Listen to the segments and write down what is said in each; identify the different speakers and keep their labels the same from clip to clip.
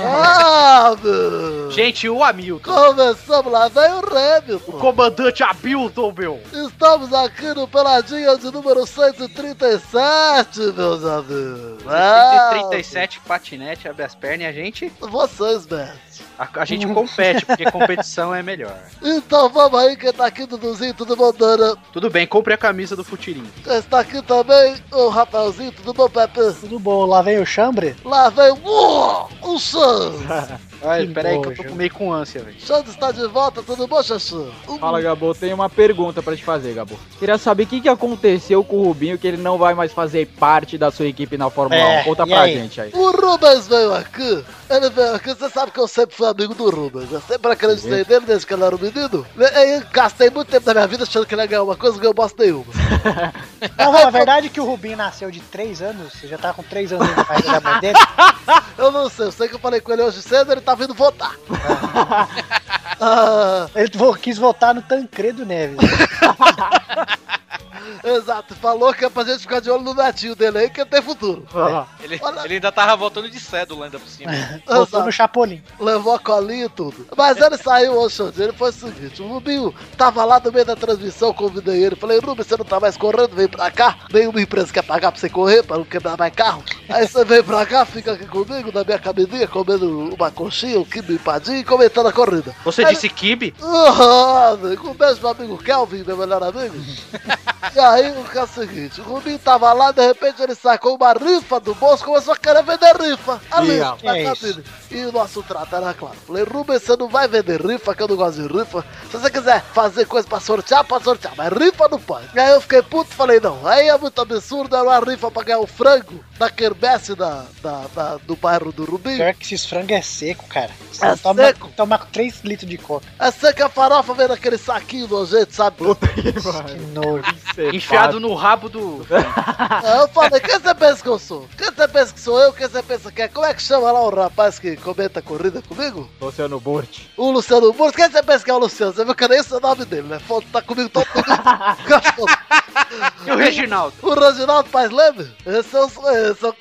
Speaker 1: Ah, meu!
Speaker 2: Gente, o Hamilton.
Speaker 1: Começamos lá, vem o Hamilton!
Speaker 2: Comandante Hamilton, meu.
Speaker 1: Estamos aqui no Peladinha de número 137, meus amigos! Ah,
Speaker 2: 137 patinete, abre as pernas e a gente,
Speaker 1: É, Vocês, né? Bert!
Speaker 2: a, a gente compete, porque competição é melhor.
Speaker 1: Então vamos aí, quem tá aqui, Duduzinho, tudo bom, Dana?
Speaker 2: Tudo bem, compre a camisa do Futirinho.
Speaker 1: Está aqui também o Rafaelzinho, tudo bom, Pepe?
Speaker 3: Tudo bom, lá vem o chambre?
Speaker 1: Lá vem uou, o Xan!
Speaker 2: Ai,
Speaker 3: Que
Speaker 2: peraí que eu tô
Speaker 3: nojo.
Speaker 2: meio com ânsia, velho.
Speaker 1: Xan está de volta, tudo bom, Xaxu? Um
Speaker 4: Fala, Gabo, tenho uma pergunta pra te fazer, Gabo. Queria saber o que, que aconteceu com o Rubinho que ele não vai mais fazer parte da sua equipe na Fórmula
Speaker 3: É,
Speaker 4: 1. Conta
Speaker 3: e
Speaker 4: pra
Speaker 3: aí?
Speaker 4: gente aí.
Speaker 1: O Rubens veio aqui, ele veio aqui, você sabe que eu sempre fui amigo do Rubens, eu sempre acreditei nele desde que ele era um menino. Eu gastei muito tempo da minha vida achando que ele ia ganhar uma coisa, não ganhou bosta nenhuma.
Speaker 3: Não, a verdade é que o Rubinho nasceu de 3 anos, você já tá com 3 anos na barriga da mãe dele.
Speaker 1: Eu não sei, eu sei que eu falei com ele hoje cedo, ele tá vindo votar. Ah,
Speaker 3: Ele vo- quis votar no Tancredo Neves.
Speaker 1: exato, falou que é pra gente ficar de olho no netinho dele aí, que ele tem futuro.
Speaker 5: Ele,
Speaker 1: Olha-
Speaker 5: ele ainda tava voltando de cédula ainda por cima.
Speaker 3: Votou
Speaker 1: Exato.
Speaker 3: no Chapolin.
Speaker 1: Levou a colinha e tudo. Mas ele saiu, ô Xande, ele foi o seguinte: o Rubinho tava lá no meio da transmissão, convidei ele. Falei, Rubinho, você não tá mais correndo, vem pra cá. Nenhuma empresa quer pagar pra você correr, pra não quebrar mais carro. Aí você vem pra cá, fica aqui comigo, na minha caminha, comendo uma coxinha, um quibe empadinho e comentando a corrida.
Speaker 2: Você
Speaker 1: Cara-
Speaker 2: disse Kibe?
Speaker 1: Ah, um beijo pro amigo Kelvin, meu melhor amigo. e aí, o que é o seguinte: o Rubinho tava lá, de repente ele sacou uma rifa do bolso, começou a querer vender rifa. Ali,
Speaker 4: Ih, ó,
Speaker 1: na
Speaker 3: que é
Speaker 1: cabine. E o nosso trato era claro. Falei, Rubens, você não vai vender rifa, que eu não gosto de rifa. Se você quiser fazer coisa pra sortear, pode sortear, mas rifa não pode. E aí eu fiquei puto e falei, não, aí é muito absurdo, era uma rifa pra ganhar o frango da quermesse da, da, da- do bairro do Rubinho.
Speaker 3: Pior que esses frangos é seco, cara. Você
Speaker 1: É
Speaker 3: toma,
Speaker 1: seco?
Speaker 3: toma 3 litros de coca.
Speaker 1: Essa que a farofa vem naquele saquinho nojento, sabe?
Speaker 3: Que nojo.
Speaker 2: tá Enfiado no rabo do.
Speaker 1: Aí eu falei, É quem você pensa que eu sou? Quem você pensa que sou eu? Quem você pensa que é? Como é que chama lá o rapaz que comenta a corrida comigo?
Speaker 4: Luciano Burt.
Speaker 1: O Luciano Burros. Quem você pensa que é o Luciano? Você viu que eu nem sei o nome dele, né? Foda, tá comigo todo mundo.
Speaker 2: E o Reginaldo?
Speaker 1: o Reginaldo Paz Leme? Esse eu sou, esse eu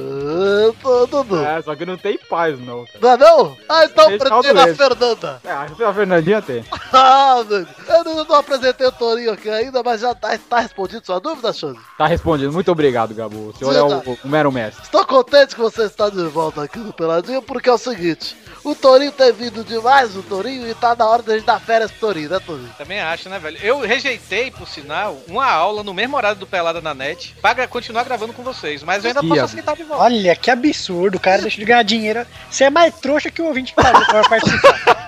Speaker 1: conheço. Ô, Dudu.
Speaker 4: É, só que não tem paz, não, cara.
Speaker 1: Não é não? Ah, então
Speaker 4: Esse
Speaker 1: prefiro
Speaker 4: Reginaldo
Speaker 1: a
Speaker 4: Leme.
Speaker 1: Fernanda.
Speaker 4: É, acho que a Fernandinha tem.
Speaker 1: Ah, meu. Eu não, não apresentei o Torinho aqui ainda, mas já tá, tá respondido sua dúvida, Xande?
Speaker 4: Tá respondido. Muito obrigado, Gabo. O senhor é o, o mero mestre.
Speaker 1: Estou contente que você está de volta aqui no Peladinho, porque é o seguinte: o Torinho tem vindo demais, o Torinho, e tá na hora da gente dar férias pro Torinho, né, Torinho?
Speaker 5: Também acho, né, velho? Eu rejeitei, por sinal, uma aula no mesmo horário do Pelada na Net pra gra- continuar gravando com vocês, mas eu ainda
Speaker 4: Que
Speaker 5: posso
Speaker 4: ab-
Speaker 5: aceitar de volta.
Speaker 3: Olha que absurdo, o cara deixa de ganhar dinheiro. Você é mais trouxa que o ouvinte que pagou pra participar.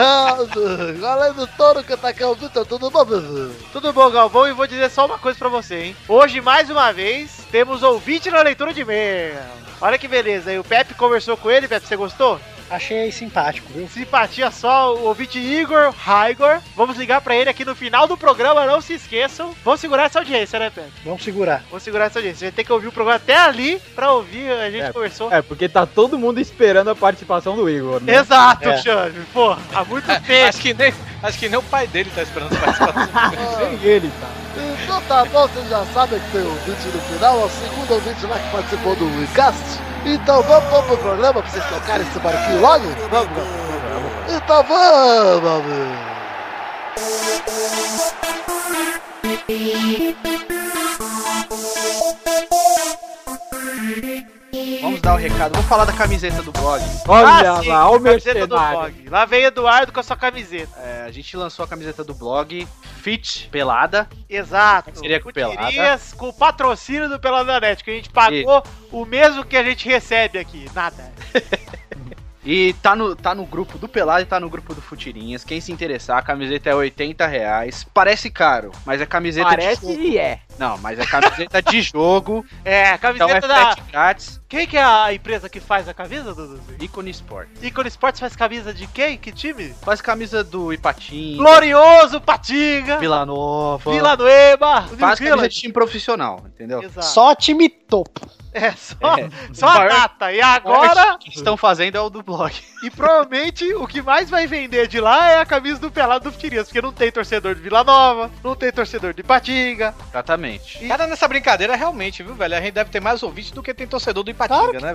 Speaker 1: Ah, Torinho, Além do Toro que tá aqui, o Vitor, tudo bom, meu?
Speaker 6: Tudo bom, Galvão? E vou dizer só uma coisa pra você, hein? Hoje, mais uma vez, temos ouvinte na leitura de e-mail. Olha que beleza, e o Pepe conversou com ele, Pepe, você gostou?
Speaker 3: Achei simpático, viu?
Speaker 6: Simpatia só, o ouvinte Igor Raigor. Vamos ligar pra ele aqui no final do programa, não se esqueçam. Vamos segurar essa audiência, né, Pepe?
Speaker 3: Vamos segurar.
Speaker 6: Vamos segurar essa audiência. A gente tem que ouvir o programa até ali pra ouvir, a gente
Speaker 4: É.
Speaker 6: conversou.
Speaker 4: É, porque tá todo mundo esperando a participação do Igor, né?
Speaker 6: Exato,
Speaker 3: É.
Speaker 6: Xande. Pô, há muito
Speaker 5: Acho
Speaker 6: tempo.
Speaker 5: que, nem, acho que nem o pai dele tá esperando essa participação.
Speaker 4: Nem ele, tá.
Speaker 1: Então tá bom, vocês já sabem que tem o vídeo no final, é o segundo ouvinte lá que participou do WeCast. Então vamos, vamos pro programa pra vocês tocarem esse barquinho logo? Vamos, vamos. Então vamos, meu.
Speaker 2: Vamos dar o recado. Vamos falar da camiseta do blog.
Speaker 4: Olha
Speaker 6: Ah, sim,
Speaker 4: lá, olha o
Speaker 6: camiseta do
Speaker 4: mercenário.
Speaker 6: blog. Lá vem Eduardo com a sua camiseta.
Speaker 2: É, a gente lançou a camiseta do blog Fit Pelada.
Speaker 6: Exato.
Speaker 2: Seria com
Speaker 6: Futirinhas com o patrocínio do Peladonete, que a gente pagou o mesmo que a gente recebe aqui. Nada.
Speaker 2: E tá no, tá no grupo do Pelado e tá no grupo do Futirinhas. Quem se interessar, a camiseta é 80 reais. Parece caro, mas é camiseta de
Speaker 4: Parece
Speaker 2: fogo.
Speaker 4: e é.
Speaker 2: Não, mas é camiseta de jogo,
Speaker 6: É, a
Speaker 2: então é
Speaker 6: camiseta da.
Speaker 2: frete grátis,
Speaker 6: Quem que é a empresa que faz a camisa, Dudu?
Speaker 2: ícone esporte.
Speaker 6: Icone Sports faz camisa de quem? Que time?
Speaker 2: Faz camisa do Ipatim,
Speaker 6: Glorioso, Patinga,
Speaker 2: Vila Nova,
Speaker 6: Vila Nueva,
Speaker 2: faz camisa
Speaker 6: Village.
Speaker 2: de time profissional, entendeu?
Speaker 6: Exato.
Speaker 3: Só time topo.
Speaker 6: É, só,
Speaker 2: É.
Speaker 6: só a data. E agora,
Speaker 2: O que estão fazendo é o do blog.
Speaker 6: e provavelmente o que mais vai vender de lá é a camisa do Pelado do Futirias, porque não tem torcedor de Vila Nova, não tem torcedor de Patinga.
Speaker 2: Exatamente.
Speaker 5: Cara, nessa brincadeira, realmente, viu, velho? A gente deve ter mais ouvinte do que tem torcedor do Ipatinga, né,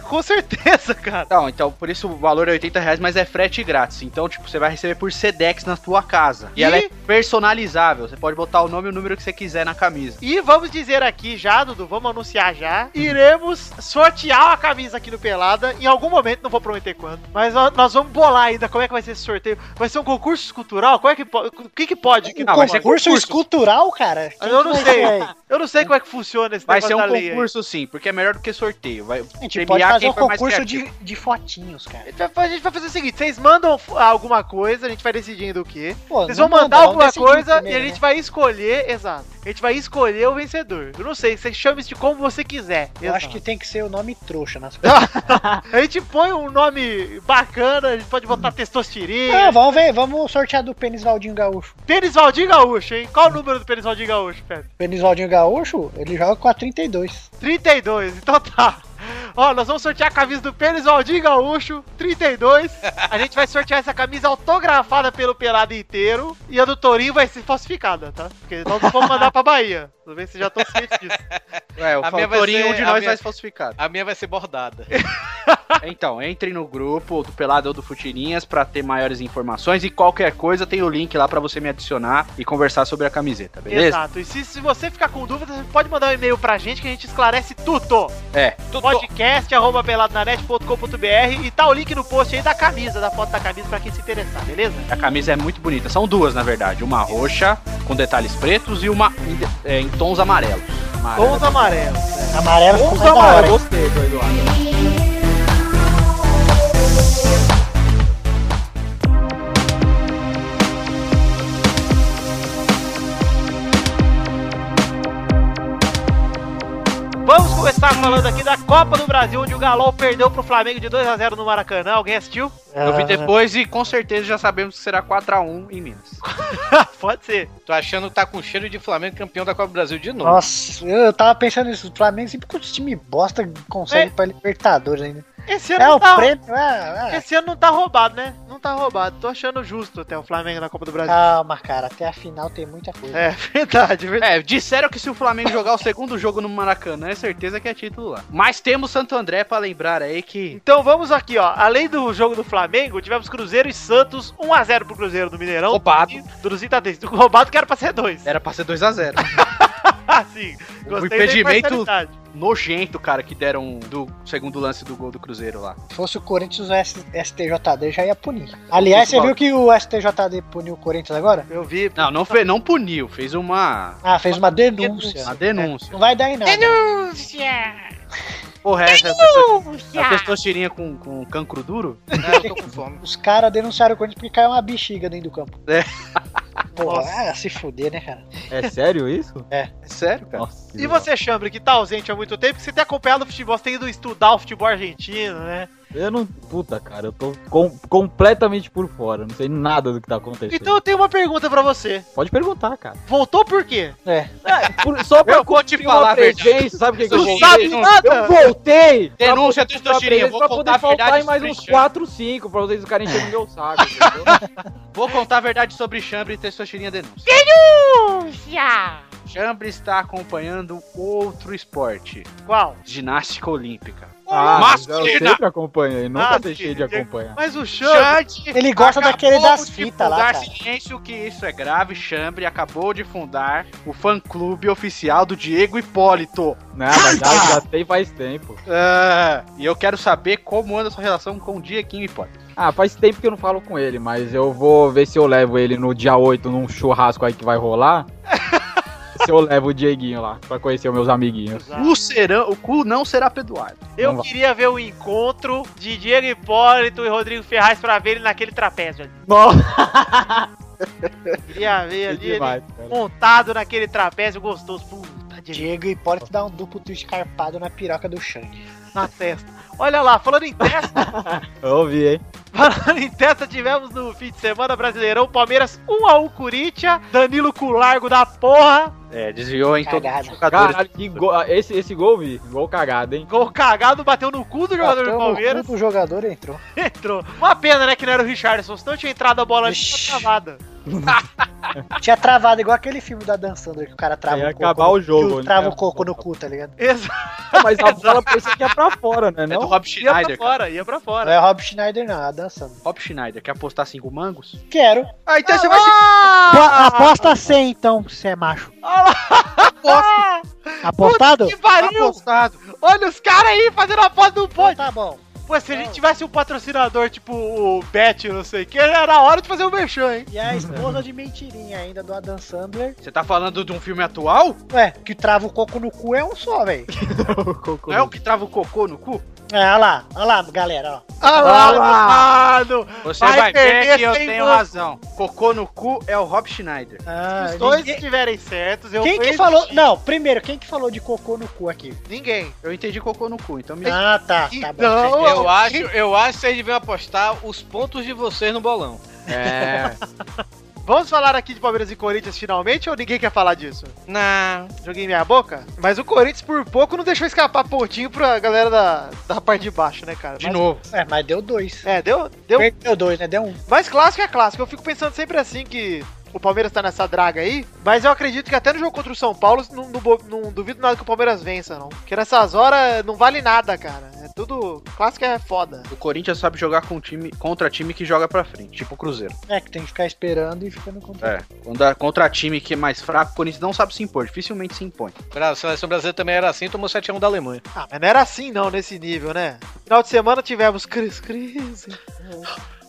Speaker 6: Com certeza, cara.
Speaker 2: Então, então, por isso o valor é 80 reais, mas é frete grátis. Então, tipo, você vai receber por Sedex na tua casa. E,
Speaker 6: E-
Speaker 2: ela é personalizável. Você pode botar o nome e o número que você quiser na camisa.
Speaker 6: E vamos dizer aqui já, Dudu, vamos anunciar já. Iremos sortear a camisa aqui no Pelada. Em algum momento, não vou prometer quando. Mas nó- nós vamos bolar ainda como é que vai ser esse sorteio. Vai ser um concurso cultural? Como é que pode? O que, que pode? Que
Speaker 2: Ah, vai ser
Speaker 3: Curso
Speaker 2: concurso.
Speaker 3: escultural, Um cara? Quem
Speaker 6: Eu
Speaker 3: que
Speaker 6: não
Speaker 3: vai
Speaker 6: sei.
Speaker 3: ser aí?
Speaker 6: Eu não sei como é que funciona esse
Speaker 2: Vai ser um
Speaker 6: da lei aí.
Speaker 2: concurso sim, porque é melhor do que sorteio. Vai
Speaker 3: A gente pode
Speaker 2: premiar
Speaker 3: fazer
Speaker 2: quem
Speaker 3: um
Speaker 2: for mais
Speaker 3: concurso
Speaker 2: criativo.
Speaker 3: de, de fotinhos, cara.
Speaker 6: A gente, vai, a gente vai fazer o seguinte: vocês mandam f- alguma coisa, a gente vai decidindo o quê.
Speaker 3: Pô,
Speaker 6: Vocês
Speaker 3: não
Speaker 6: vão mandar
Speaker 3: manda,
Speaker 6: alguma
Speaker 3: vamos decidir
Speaker 6: coisa
Speaker 3: primeiro,
Speaker 6: e a
Speaker 3: né?
Speaker 6: gente vai escolher, exato. A gente vai escolher o vencedor. Eu não sei, você chama isso de como você quiser.
Speaker 3: Eu
Speaker 6: exato.
Speaker 3: acho que tem que ser o nome trouxa né? nas coisas.
Speaker 6: A gente põe um nome bacana, a gente pode botar testosterina.
Speaker 3: Ah, vamos ver, vamos sortear do Pênis Valdinho Gaúcho.
Speaker 6: Pênis Valdir Gaúcho, hein? Qual o número do Pênis Valdir Gaúcho, Pepe?
Speaker 3: Pênis Valdinho Gaúcho, ele joga com a 32.
Speaker 6: 32, então tá. Ó, nós vamos sortear a camisa do Pênis Valdir Gaúcho, 32. A gente vai sortear essa camisa autografada pelo Pelado inteiro. E a do Torinho vai ser falsificada, tá? Porque nós não vamos mandar pra Bahia. Tudo bem, vocês já estão cientes disso.
Speaker 2: É, o
Speaker 5: A minha vai
Speaker 2: Fautorinho,
Speaker 5: ser-
Speaker 2: um de
Speaker 5: a
Speaker 2: nós
Speaker 5: minha-
Speaker 2: vai ser falsificado.
Speaker 5: A minha vai ser bordada.
Speaker 2: Então, entre no grupo do Pelado ou do Futirinhas pra ter maiores informações e qualquer coisa tem o link lá pra você me adicionar e conversar sobre a camiseta, beleza?
Speaker 6: Exato. E se, se você ficar com dúvidas, você pode mandar um e-mail pra gente que a gente esclarece tudo.
Speaker 2: É.
Speaker 5: Tudo.
Speaker 6: podcast.peladonanet.com.br e tá o link no post aí da camisa, da foto da camisa pra quem se interessar, beleza?
Speaker 2: A camisa é muito bonita. São duas, na verdade. Uma roxa, com detalhes pretos, e uma em, de- é, em tons amarelos. Amarelo.
Speaker 6: Tons amarelos.
Speaker 3: Amarelo ficou
Speaker 6: Tons
Speaker 3: mais é da hora.
Speaker 6: amarelos.
Speaker 4: Gostei do Eduardo.
Speaker 6: Vamos começar falando aqui da Copa do Brasil, onde o Galol perdeu pro Flamengo de 2x0 no Maracanã. Alguém assistiu?
Speaker 2: Eu
Speaker 5: Ah.
Speaker 2: vi depois e com certeza já sabemos que será 4x1 em Minas.
Speaker 6: Pode ser.
Speaker 5: Tô achando que tá com cheiro de Flamengo campeão da Copa do Brasil de novo.
Speaker 3: Nossa, eu, eu tava pensando nisso. O Flamengo sempre com os time bosta consegue pra Libertadores ainda.
Speaker 6: Esse ano,
Speaker 3: É
Speaker 6: não
Speaker 3: o
Speaker 6: tá,
Speaker 3: prêmio. É, é.
Speaker 6: esse ano não tá roubado, né? Não tá roubado. Tô achando justo até o um Flamengo na Copa do Brasil.
Speaker 3: Calma, cara. Até a final tem muita coisa.
Speaker 6: É verdade, verdade.
Speaker 2: É, disseram que se o Flamengo jogar o segundo jogo no Maracanã, é certeza que é título lá. Mas temos Santo André pra lembrar aí que.
Speaker 6: Então vamos aqui, ó. Além do jogo do Flamengo, tivemos Cruzeiro e Santos 1x0 pro Cruzeiro no Mineirão.
Speaker 2: Roubado.
Speaker 6: Duruzinho tá desse. Roubado que era pra ser 2.
Speaker 2: Era pra ser 2x0.
Speaker 6: Ah, sim.
Speaker 2: O
Speaker 6: Gostei da
Speaker 2: impedimento-
Speaker 6: imparcialidade.
Speaker 2: Nojento, cara, que deram um do segundo lance do gol do Cruzeiro lá.
Speaker 3: Se fosse o Corinthians, o S- STJD já ia punir. Aliás, você viu que o STJD puniu o Corinthians agora?
Speaker 6: Eu vi.
Speaker 2: Não, não, fe- não puniu, fez uma,
Speaker 3: Ah, fez uma denúncia.
Speaker 2: uma denúncia.
Speaker 3: Não vai dar em nada.
Speaker 2: Porra, essa, essa,
Speaker 5: É.
Speaker 2: essa testosterinha com, com cancro duro?
Speaker 5: Não, né? eu tô com fome.
Speaker 3: Os caras denunciaram o Corinthians porque caiu uma bexiga dentro do campo.
Speaker 2: É.
Speaker 3: Pô, ah, se fuder, né, cara?
Speaker 4: É sério isso?
Speaker 2: É sério, cara?
Speaker 4: Nossa.
Speaker 6: E você, Chambre, que tá ausente há muito tempo, que você tem acompanhado o futebol, você tem ido estudar o futebol argentino, né?
Speaker 4: Eu não. Puta, cara, eu tô com- completamente por fora. Não sei nada do que tá acontecendo.
Speaker 6: Então eu tenho uma pergunta pra você.
Speaker 4: Pode perguntar, cara.
Speaker 6: Voltou por quê?
Speaker 4: Por- só pra
Speaker 2: Eu vou te
Speaker 4: cumprir uma
Speaker 2: falar a verdade.
Speaker 4: presença, sabe o que, que eu
Speaker 6: Não
Speaker 4: voltei?
Speaker 6: sabe
Speaker 4: Eu
Speaker 6: nada!
Speaker 4: voltei!
Speaker 2: Denúncia,
Speaker 4: pra poder cumprir
Speaker 2: testosterinha,
Speaker 4: uma presença,
Speaker 2: vou
Speaker 4: pra
Speaker 2: contar a
Speaker 4: poder
Speaker 2: verdade
Speaker 4: faltar em
Speaker 2: sobre
Speaker 4: mais
Speaker 2: o
Speaker 4: uns
Speaker 2: Xandre.
Speaker 4: 4, 5 pra vocês ficarem enchendo meu saco. entendeu?
Speaker 2: Vou contar a verdade sobre Chambre e testosterinha denúncia. Denúncia! Chambre está acompanhando outro esporte,
Speaker 6: Qual?
Speaker 2: ginástica olímpica.
Speaker 4: ah, mas eu
Speaker 2: Masculina!
Speaker 4: sempre acompanhei, nunca
Speaker 6: Ah,
Speaker 4: deixei
Speaker 6: sim,
Speaker 4: de acompanhar.
Speaker 6: Mas o Chambre.
Speaker 2: Xande
Speaker 3: Ele gosta
Speaker 2: acabou
Speaker 3: daquele das
Speaker 2: de
Speaker 3: fitas lá,
Speaker 2: fundar
Speaker 3: cara.
Speaker 2: silêncio que isso é grave, Chambre acabou de fundar o fã-clube oficial do Diego Hipólito.
Speaker 4: Não, mas já, já tem faz tempo.
Speaker 2: Ah, e eu quero saber como anda a sua relação com o Dieguinho Hipólito.
Speaker 4: Ah, faz tempo que eu não falo com ele, mas eu vou ver se eu levo ele no dia 8 num churrasco aí que vai rolar. se eu levo o Dieguinho lá, pra conhecer os meus amiguinhos.
Speaker 5: Tá.
Speaker 2: O, serão, o cu não será perdoado.
Speaker 6: Eu
Speaker 4: Vamos lá.
Speaker 6: queria ver o encontro de Diego Hipólito e Rodrigo Ferraz pra ver ele naquele trapézio ali.
Speaker 4: Nossa!
Speaker 6: Queria ver
Speaker 4: É
Speaker 6: ali ele
Speaker 4: demais, cara.
Speaker 6: montado naquele trapézio gostoso. Puta de
Speaker 3: Diego Hipólito dá um duplo twist carpado na piroca do Shang.
Speaker 6: na testa. Olha lá, falando em testa,
Speaker 4: Eu ouvi, hein?
Speaker 6: falando em testa, tivemos no fim de semana Brasileirão Palmeiras 1x1 Corinthians, Danilo com largo da porra,
Speaker 2: É, desviou em todos os
Speaker 3: Cagada.
Speaker 2: jogadores.
Speaker 4: Caralho, que gol. ah, Esse, esse gol, vi. Gol cagado, hein?
Speaker 6: gol cagado, bateu no cu do jogador do
Speaker 3: Bateu no
Speaker 6: Palmeiras.
Speaker 3: cu do jogador entrou.
Speaker 6: Entrou. Uma pena, né, que não era o Richardson, senão tinha entrado a bola ali
Speaker 3: Ixi.
Speaker 6: tá travada.
Speaker 3: Tinha travado igual aquele filme da dançando que o cara trava
Speaker 4: Ia
Speaker 3: o coco.
Speaker 4: acabar o jogo,
Speaker 3: que o-
Speaker 4: né?
Speaker 3: Trava o coco no cu, tá ligado?
Speaker 6: Exato.
Speaker 4: Mas a bola parecia que ia pra fora, né?
Speaker 2: É do
Speaker 4: Não?
Speaker 2: Rob
Speaker 6: Ia pra
Speaker 2: Schneider, cara.
Speaker 6: fora, ia pra
Speaker 3: Não
Speaker 6: fora.
Speaker 3: é Rob Schneider, não, é a dançando.
Speaker 2: Rob Schneider, quer apostar cinco mangos?
Speaker 3: Quero.
Speaker 2: Ah, então você vai se...
Speaker 3: Apo- aposta 100, então, se é macho. Apostado?
Speaker 6: Que
Speaker 3: Tá
Speaker 6: pariu!
Speaker 2: Apostado.
Speaker 6: Olha os caras aí fazendo a foto do
Speaker 3: Então
Speaker 6: pote.
Speaker 3: Tá bom.
Speaker 6: Pô, se a gente tivesse um patrocinador tipo o Bet, não sei o que, era a hora de fazer o merchan, hein?
Speaker 3: E é a esposa de mentirinha ainda do Adam Sandler.
Speaker 2: Você tá falando de um filme atual?
Speaker 3: Ué, que trava o coco no cu é um só, velho.
Speaker 2: Não é o que trava o cocô no cu?
Speaker 3: É, olha lá, olha lá, galera, ó.
Speaker 6: Ah lá, mano!
Speaker 2: Você
Speaker 6: Vai
Speaker 2: vai,
Speaker 6: perder
Speaker 2: ver É que eu
Speaker 6: sem
Speaker 2: tenho
Speaker 6: gol.
Speaker 2: razão. Cocô no cu é o Rob Schneider.
Speaker 3: Ah,
Speaker 6: Se os dois
Speaker 3: ninguém-
Speaker 6: estiverem certos, eu
Speaker 3: Quem
Speaker 6: vou
Speaker 3: que
Speaker 6: existir.
Speaker 3: falou? Não, primeiro, quem que falou de cocô no cu aqui?
Speaker 6: Ninguém.
Speaker 2: Eu entendi cocô no cu, então me...
Speaker 3: Ah, tá, tá bom.
Speaker 6: Então,
Speaker 5: Eu acho, eu acho que vocês deviam apostar os pontos de vocês no bolão.
Speaker 4: É.
Speaker 6: vamos falar aqui de Palmeiras e Corinthians finalmente ou ninguém quer falar disso?
Speaker 5: Não.
Speaker 6: Joguei minha boca? Mas o Corinthians por pouco não deixou escapar pontinho pra galera da, da parte de baixo, né, cara?
Speaker 2: De
Speaker 6: Mas-
Speaker 2: novo.
Speaker 3: É, mas deu dois.
Speaker 6: É, deu, deu
Speaker 3: Perdeu dois, né? Deu um.
Speaker 6: Mas clássico é clássico. Eu fico pensando sempre assim que o Palmeiras tá nessa draga aí. Mas eu acredito que até no jogo contra o São Paulo, não, não bo- não duvido nada que o Palmeiras vença, não. Porque nessas horas não vale nada, cara. É tudo. Clássico é foda.
Speaker 2: O Corinthians sabe jogar com time, contra time que joga pra frente, tipo o Cruzeiro.
Speaker 3: É, que tem que ficar esperando e ficando com
Speaker 2: É. Quando a- contra time que é mais fraco, o Corinthians não sabe se impor, dificilmente se impõe.
Speaker 5: Pra- A seleção brasileira também era assim, tomou 7x1 da Alemanha.
Speaker 6: Ah, mas não era assim, não, nesse nível, né? Final de semana tivemos Cris Cris.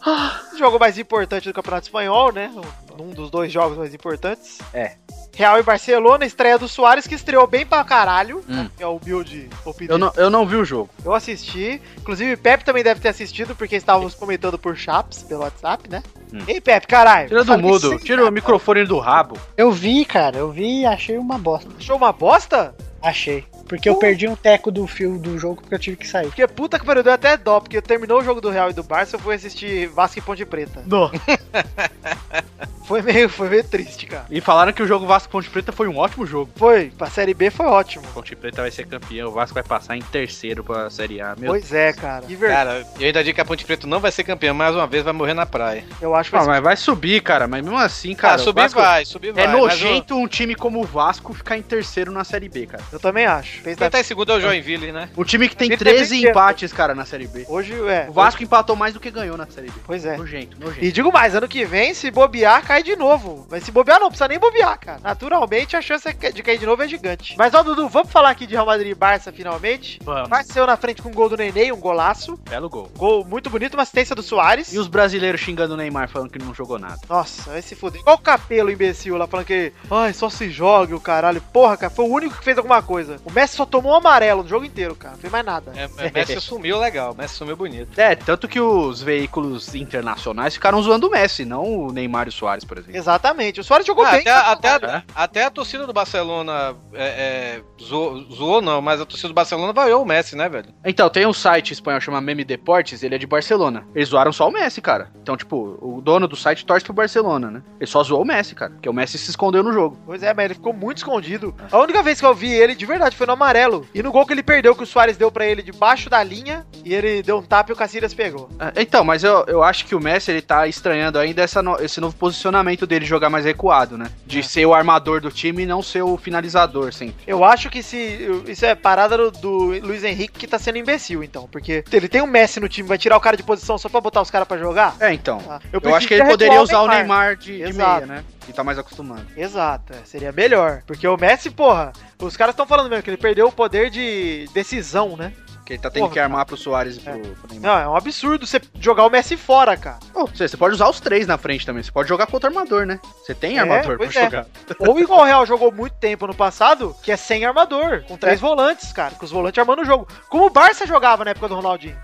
Speaker 2: Ah.
Speaker 6: O jogo mais importante do Campeonato Espanhol, né? Um- Um dos dois jogos mais importantes.
Speaker 2: É.
Speaker 6: Real e Barcelona, estreia do Soares, que estreou bem pra caralho.
Speaker 2: Hum.
Speaker 6: É o build opinião.
Speaker 2: Eu não, eu não vi o jogo.
Speaker 6: Eu assisti. Inclusive, Pepe também deve ter assistido, porque estávamos comentando por chaps pelo WhatsApp, né?
Speaker 2: Hum.
Speaker 6: Ei, Pepe, caralho.
Speaker 2: Tira do
Speaker 6: Falei
Speaker 2: mudo,
Speaker 6: sim,
Speaker 2: tira o microfone do rabo.
Speaker 3: É. Eu vi, cara, eu vi e achei uma bosta.
Speaker 6: Achou uma bosta?
Speaker 3: Achei. Porque eu perdi um teco do fio do jogo porque eu tive que sair.
Speaker 6: Porque puta que pariu, deu até dó, porque terminou o jogo do Real e do Barça, eu fui assistir Vasco e Ponte Preta.
Speaker 3: Não.
Speaker 6: foi, meio, foi meio triste, cara.
Speaker 2: E falaram que o jogo Vasco Ponte Preta foi um ótimo jogo.
Speaker 6: Foi, pra Série B foi ótimo.
Speaker 2: Ponte Preta vai ser campeão, o Vasco vai passar em terceiro pra Série A. Meu
Speaker 6: pois é, cara. Que verdade.
Speaker 5: Cara, eu ainda digo que a Ponte Preta não vai ser campeã mais uma vez, vai morrer na praia.
Speaker 6: Eu acho que
Speaker 2: Deus. Ah,
Speaker 6: foi
Speaker 2: mas vai subir, cara, mas mesmo assim,
Speaker 5: ah,
Speaker 2: cara. o
Speaker 5: subir
Speaker 2: Vasco-
Speaker 5: vai, subir vai.
Speaker 2: É
Speaker 5: mas, ó,
Speaker 2: nojento um time como o Vasco ficar em terceiro na Série B, cara.
Speaker 6: Eu também acho. Fez
Speaker 5: Quem
Speaker 6: da-
Speaker 5: tá em segundo é o Joinville, né?
Speaker 2: Um time que tem
Speaker 6: Ele tá bem
Speaker 2: 13
Speaker 6: quieto.
Speaker 2: empates, cara, na Série
Speaker 3: tá-
Speaker 2: B.
Speaker 6: Hoje, é.
Speaker 2: O Vasco empatou mais do que ganhou na Série B.
Speaker 6: Pois é.
Speaker 2: Nojento,
Speaker 6: E
Speaker 2: nojento.
Speaker 6: digo mais, ano que vem, se bobear, cai de novo. Mas se bobear, não precisa nem bobear, cara. Naturalmente, a chance de cair de novo é gigante. Mas, ó, Dudu, vamos falar aqui de Real Madrid e Barça, finalmente.
Speaker 2: Vamos.
Speaker 6: Marcel na frente com um gol do Nenê, um golaço.
Speaker 2: Belo gol.
Speaker 6: Gol muito bonito, uma assistência do Soares.
Speaker 2: E os brasileiros xingando o Neymar falando que não jogou nada.
Speaker 6: Nossa, vai se fuder. Qual o capelo imbecil lá falando que. Ai, só se joga o caralho. Porra, cara, foi o único que fez alguma coisa. O Messi só tomou um amarelo no jogo inteiro, cara. Não fez mais nada.
Speaker 5: É, é, Messi sumiu legal, Messi sumiu bonito.
Speaker 2: É, tanto que os veículos internacionais ficaram zoando o Messi, não o Neymar e o Soares, por exemplo.
Speaker 6: Exatamente. O Soares jogou
Speaker 5: Ah,
Speaker 6: bem.
Speaker 5: até,
Speaker 6: cara.
Speaker 5: a, até, a,
Speaker 2: É.
Speaker 5: até a torcida do Barcelona é, é, zoou, zoou não, mas a torcida do Barcelona vaiou o Messi, né, velho?
Speaker 2: Então, tem um site espanhol chamado Meme Deportes, ele é de Barcelona. Eles zoaram só o Messi, cara. Então, tipo, o dono do site torce pro Barcelona, né? Ele só zoou o Messi, cara, porque o Messi se escondeu no jogo.
Speaker 6: Pois é, mas ele ficou muito escondido. A única vez que eu vi ele de verdade foi no amarelo. E no gol que ele perdeu, que o Soares deu pra ele debaixo da linha. E ele deu um tapa e o Cacilhas pegou.
Speaker 2: Ah, Então, mas eu, eu acho que o Messi ele tá estranhando ainda essa no- esse novo posicionamento dele jogar mais recuado, né? De ser o armador do time e não ser o finalizador sempre.
Speaker 6: Eu acho que se isso é parada do, do Luiz Henrique que tá sendo imbecil, então. Porque ele tem o Messi no time, vai tirar o cara de posição só pra botar os caras pra jogar?
Speaker 2: É, né, então.
Speaker 6: Ah,
Speaker 2: Eu, acho que ele
Speaker 6: preferia
Speaker 2: poderia
Speaker 6: recuar
Speaker 2: usar o Neymar de, de meia,
Speaker 6: Exato.
Speaker 2: né? que tá mais acostumado.
Speaker 6: Exato, é, seria melhor. Porque o Messi, porra, os caras estão falando mesmo que ele perdeu o poder de decisão, né?
Speaker 2: Porque ele tá tendo
Speaker 6: Porra,
Speaker 2: que armar pro Soares e pro, pro Neymar.
Speaker 6: Não, é um absurdo você jogar o Messi fora, cara.
Speaker 2: Ou seja, você pode usar os três na frente também. Você pode jogar contra o armador, né? Você tem
Speaker 6: É,
Speaker 2: armador pra
Speaker 6: pois é.
Speaker 2: jogar.
Speaker 6: Ou igual o Real jogou muito tempo no passado, que é sem armador, com três volantes, cara, com os volantes armando o jogo. Como o Barça jogava na época do Ronaldinho.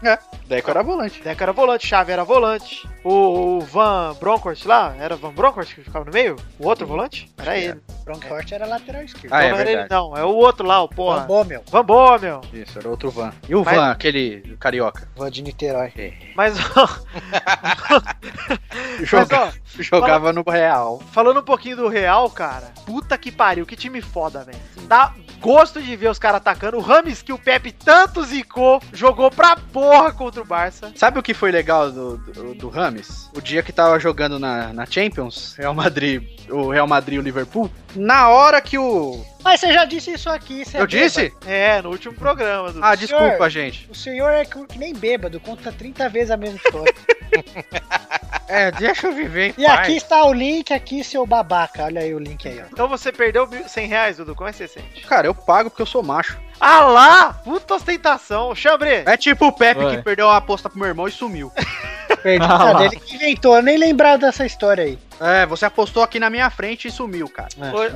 Speaker 2: Daí que eu era volante.
Speaker 6: Deco era volante, Chave era volante, o, o Van Bronckhorst lá, era Van Bronckhorst que ficava no meio? O outro volante? Era
Speaker 2: que
Speaker 6: ele.
Speaker 3: Bronkhorst era lateral esquerdo.
Speaker 2: Ah, é
Speaker 6: não era ele
Speaker 2: verdade.
Speaker 6: não, é o outro lá, o
Speaker 3: Porra.
Speaker 6: porra.
Speaker 3: Bom, meu.
Speaker 6: Van Bommel.
Speaker 2: Isso, era outro Van. E o
Speaker 6: Mas-
Speaker 2: Van, aquele carioca.
Speaker 3: Vou de Niterói.
Speaker 6: Mas, mas ó,
Speaker 2: Joga- jogava no Real.
Speaker 6: Falando um pouquinho do Real, cara. Puta que pariu, que time foda, velho. Dá gosto de ver os caras atacando. O Rames, que o Pepe tanto zicou, jogou pra porra contra o Barça.
Speaker 2: Sabe o que foi legal do, do, do Rames? O dia que tava jogando na, na Champions, Real Madrid, o Real Madrid e o Liverpool, na hora que o.
Speaker 3: Mas você já disse isso aqui.
Speaker 6: Tá
Speaker 3: você é
Speaker 2: eu disse?
Speaker 6: É, no último programa. Do...
Speaker 2: Ah,
Speaker 3: senhor.
Speaker 2: desculpa, gente.
Speaker 3: bêbado. O senhor é que nem bêbado, conta 30 vezes a mesma história.
Speaker 2: É, deixa eu
Speaker 6: então.
Speaker 2: viver em
Speaker 3: e aqui está o link, aqui seu babaca. Olha aí o link aí, ó.
Speaker 6: Então você perdeu mil- 100 reais, Dudu. Como é que você sente?
Speaker 2: Cara, eu pago porque eu sou macho.
Speaker 6: Ah lá! Puta ostentação. Xambre,
Speaker 2: É tipo o Pepe
Speaker 4: Ué.
Speaker 6: Ah.
Speaker 2: que perdeu a aposta pro meu irmão e sumiu.
Speaker 3: Perdi
Speaker 4: Ah
Speaker 3: ah,
Speaker 4: lá.
Speaker 3: dele que inventou, eu nem lembrava dessa história aí.
Speaker 2: É, você apostou aqui na minha frente e sumiu, cara.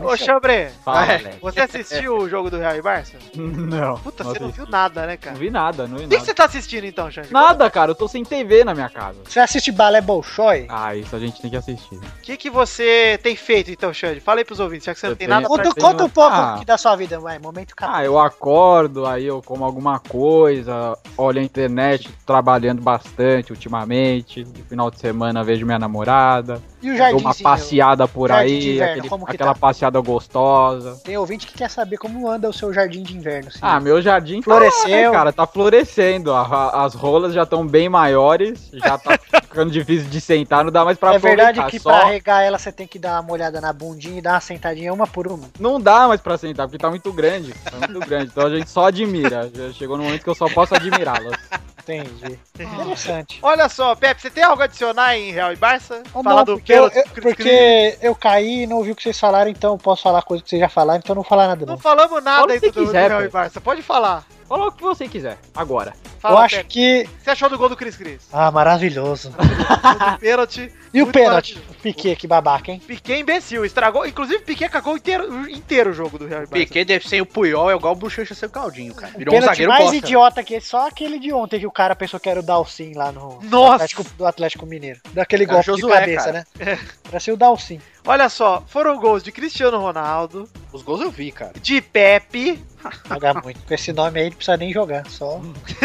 Speaker 6: ô, ô Xambre,
Speaker 4: Fala,
Speaker 2: É.
Speaker 4: velho.
Speaker 6: você assistiu o jogo do Real e Barça?
Speaker 4: Não.
Speaker 6: Puta,
Speaker 4: não
Speaker 6: você não
Speaker 4: assisti.
Speaker 6: viu nada, né, cara?
Speaker 4: Não vi nada, não vi
Speaker 6: O que que
Speaker 4: nada.
Speaker 6: você tá assistindo então, Xambre?
Speaker 4: Nada, cara, eu tô sem TV na minha casa.
Speaker 3: Você assiste Balé Bolshoi?
Speaker 4: Ah, isso a gente tem que assistir.
Speaker 6: O que, que você tem feito então, Xande? Fala aí pros ouvintes, já que você não
Speaker 4: Eu
Speaker 6: tem
Speaker 4: tenho-
Speaker 6: nada pra
Speaker 3: conta,
Speaker 4: tem
Speaker 3: conta
Speaker 4: um-
Speaker 3: um pouco
Speaker 4: Ah.
Speaker 3: aqui da sua vida, vai. Momento capaz.
Speaker 4: Ah, eu acordo, aí eu como alguma coisa, olho a internet, trabalhando bastante ultimamente. De final de semana vejo minha namorada,
Speaker 3: E o
Speaker 4: dou
Speaker 3: jardim?
Speaker 4: uma passeada por
Speaker 3: Um Jardim
Speaker 4: aí,
Speaker 3: de inverno,
Speaker 4: aquele-
Speaker 3: como que
Speaker 4: aquela
Speaker 3: tá?
Speaker 4: passeada gostosa.
Speaker 3: Tem ouvinte que quer saber como anda o seu jardim de inverno. Sim.
Speaker 4: Ah, meu jardim tá
Speaker 3: Floresceu.
Speaker 4: lá, né, cara, tá florescendo. a- a- as rolas já estão bem maiores, já tá ficando difícil de sentar, não dá mais pra
Speaker 3: é verdade
Speaker 4: aproveitar,
Speaker 3: que
Speaker 4: só-
Speaker 3: pra regar ela você tem que dar uma olhada na bundinha e dar uma sentadinha uma por uma.
Speaker 4: Não dá mais pra sentar, porque tá muito grande. Tá muito grande. Então a gente só admira. Já chegou no momento que eu só posso admirá-las.
Speaker 3: Entendi. Interessante.
Speaker 6: Olha só, Pepe, você tem algo a adicionar em Real e Barça?
Speaker 3: Ou
Speaker 6: Falar
Speaker 3: não,
Speaker 6: do
Speaker 3: porque, eu,
Speaker 6: pênalti do
Speaker 3: eu-
Speaker 6: Cris Cris?
Speaker 3: porque eu caí e não ouvi o que vocês falaram, então eu posso falar coisa que vocês já falaram, então eu não vou falar nada
Speaker 6: Não
Speaker 3: não.
Speaker 6: falamos nada
Speaker 4: Fala
Speaker 6: aí
Speaker 4: o que
Speaker 6: do, do
Speaker 4: quiser,
Speaker 6: Real e
Speaker 4: Pepe.
Speaker 6: Barça. Pode falar.
Speaker 4: Fala o que você quiser, agora.
Speaker 6: Fala,
Speaker 3: eu acho
Speaker 6: Pepe.
Speaker 3: que...
Speaker 6: O que Você achou do gol do Cris Cris?
Speaker 3: Ah, maravilhoso. Ah.
Speaker 6: Do pênalti.
Speaker 3: E o
Speaker 6: Muito
Speaker 3: pênalti?
Speaker 6: maravilhoso.
Speaker 3: O Piquet, que babaca, hein?
Speaker 6: Piquet imbecil, estragou. Inclusive, Piquet cagou inteiro, inteiro o jogo do Real e Barça.
Speaker 2: Piquet deve ser o Puyol, é igual o Bochecha ser o Caldinho, cara.
Speaker 3: O
Speaker 2: Virou um
Speaker 3: pênalti
Speaker 2: zagueiro
Speaker 3: mais
Speaker 2: bosta.
Speaker 3: idiota que esse, só aquele de ontem que o cara pensou que era o Dalcin lá no
Speaker 6: Nossa!
Speaker 3: Atlético, do Atlético Mineiro. Daquele
Speaker 2: Cara,
Speaker 3: golpe
Speaker 2: Josué,
Speaker 3: de cabeça,
Speaker 2: cara. É.
Speaker 3: né? Pra ser o Dalcin.
Speaker 6: Olha só, foram gols de Cristiano Ronaldo,
Speaker 2: Os gols eu vi, cara.
Speaker 6: de Pepe,
Speaker 3: Jogar muito. Com esse nome aí não precisa nem jogar, só...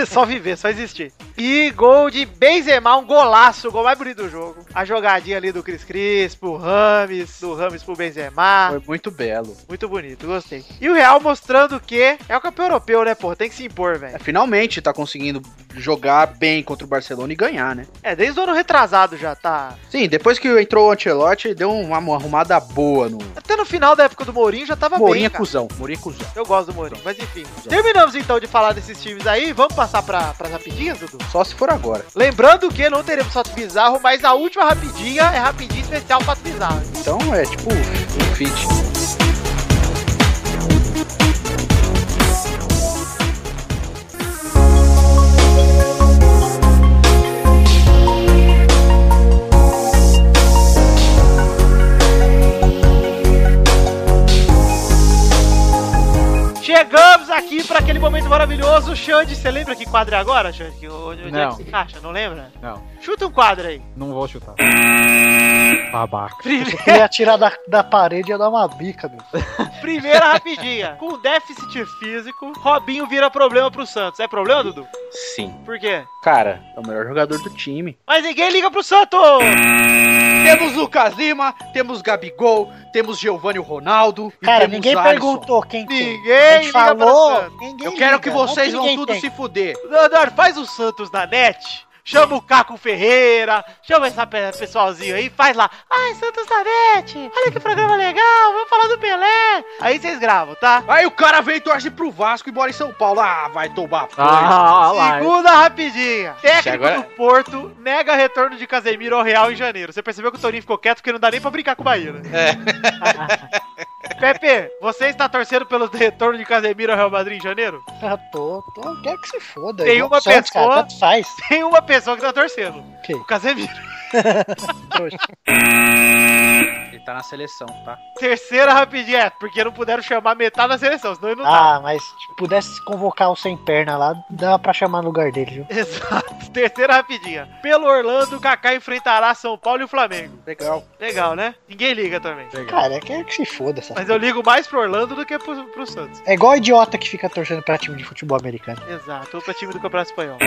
Speaker 6: só viver, só existir. E gol de Benzema, um golaço, o gol mais bonito do jogo. A jogadinha ali do Cris Cris pro Rames, do Rames pro Benzema.
Speaker 2: Foi muito belo.
Speaker 6: Muito bonito, gostei. E o Real mostrando que é o campeão europeu, né, pô? Tem que se impor,
Speaker 2: É,
Speaker 6: velho.
Speaker 2: finalmente tá conseguindo jogar bem contra o Barcelona e ganhar, né?
Speaker 6: É, desde o ano retrasado já tá.
Speaker 2: Sim, depois que entrou o Ancelotti, deu uma arrumada boa no.
Speaker 6: Até no final da época do Mourinho já tava
Speaker 2: Mourinho é
Speaker 6: bem. Cara.
Speaker 2: cuzão. Mourinho é cuzão.
Speaker 6: Eu gosto do Mourinho, mas enfim. Terminamos então de falar desses times aí. Vamos passar pra, pras rapidinhas, Dudu?
Speaker 2: Só se for agora.
Speaker 6: Lembrando que não teremos fato bizarro, mas a última rapidinha é rapidinha especial fato bizarro.
Speaker 2: Então é tipo um fit.
Speaker 6: Chegamos aqui para aquele momento maravilhoso. Xande, você lembra que quadro é agora, Xande? Que- Onde, onde é
Speaker 4: Não.
Speaker 6: que se encaixa? Não lembra?
Speaker 4: Não,
Speaker 6: Chuta um quadro aí.
Speaker 4: não vou chutar. Babaca.
Speaker 6: Primeira,
Speaker 3: Eu ia tirar da, da parede e ia dar uma bica, meu.
Speaker 6: primeira rapidinha. Com déficit físico, Robinho vira problema pro Santos. É problema, Dudu?
Speaker 2: Sim.
Speaker 6: Por quê?
Speaker 2: Cara, é o melhor jogador do time.
Speaker 6: Mas ninguém liga pro Santos!
Speaker 2: Temos Lucas Lima, temos Gabigol, temos Giovanni Ronaldo. e
Speaker 3: Cara,
Speaker 2: temos
Speaker 3: ninguém
Speaker 2: Alisson.
Speaker 3: perguntou quem tem.
Speaker 6: Ninguém
Speaker 3: A gente
Speaker 6: liga pra
Speaker 3: falou.
Speaker 6: Santos.
Speaker 3: Ninguém
Speaker 2: Eu quero
Speaker 3: liga.
Speaker 2: que
Speaker 3: Não
Speaker 2: vocês vão
Speaker 3: ninguém
Speaker 2: tudo
Speaker 3: tem.
Speaker 2: se fuder.
Speaker 6: Leonardo, faz o Santos na net. Chama o Caco Ferreira, chama essa pe- pessoalzinho aí, faz lá. Ai, Santos na net, olha que programa legal, vamos falar do Pelé. Aí vocês gravam, tá?
Speaker 2: Aí o cara vem e torce pro Vasco e mora em São Paulo. Ah, vai tomar ah.
Speaker 4: Ah, lá.
Speaker 6: Segunda rapidinha. Técnico
Speaker 5: agora-
Speaker 6: do Porto nega retorno de Casemiro ao Real em janeiro. Você percebeu que o Torinho ficou quieto porque não dá nem pra brincar com o Bahia, né? Pepe, você está torcendo pelo retorno de Casemiro ao Real Madrid em janeiro?
Speaker 3: Ah, tô, tô, quero que se foda.
Speaker 6: Tem
Speaker 3: Eu
Speaker 6: uma
Speaker 3: sou, cara,
Speaker 6: pessoa-
Speaker 3: tanto faz.
Speaker 6: Tem uma pessoa que tá torcendo.
Speaker 3: Quem?
Speaker 6: O Casemiro.
Speaker 3: Trouxa.
Speaker 2: Ele tá na seleção, tá?
Speaker 6: Terceira rapidinha, é, porque não puderam chamar metade da seleção, senão ele não dá.
Speaker 3: Ah, mas se pudesse convocar o sem perna lá, dava pra chamar no lugar dele, viu?
Speaker 6: Exato. Terceira rapidinha. Pelo Orlando, o Kaká enfrentará São Paulo e o Flamengo.
Speaker 2: Legal.
Speaker 6: Legal, né? Ninguém liga também.
Speaker 3: Cara, quero que se foda essa.
Speaker 6: Mas eu ligo mais pro Orlando do que pro, pro Santos.
Speaker 3: É igual idiota que fica torcendo pra time de futebol americano.
Speaker 6: Exato, outro time do Campeonato Espanhol.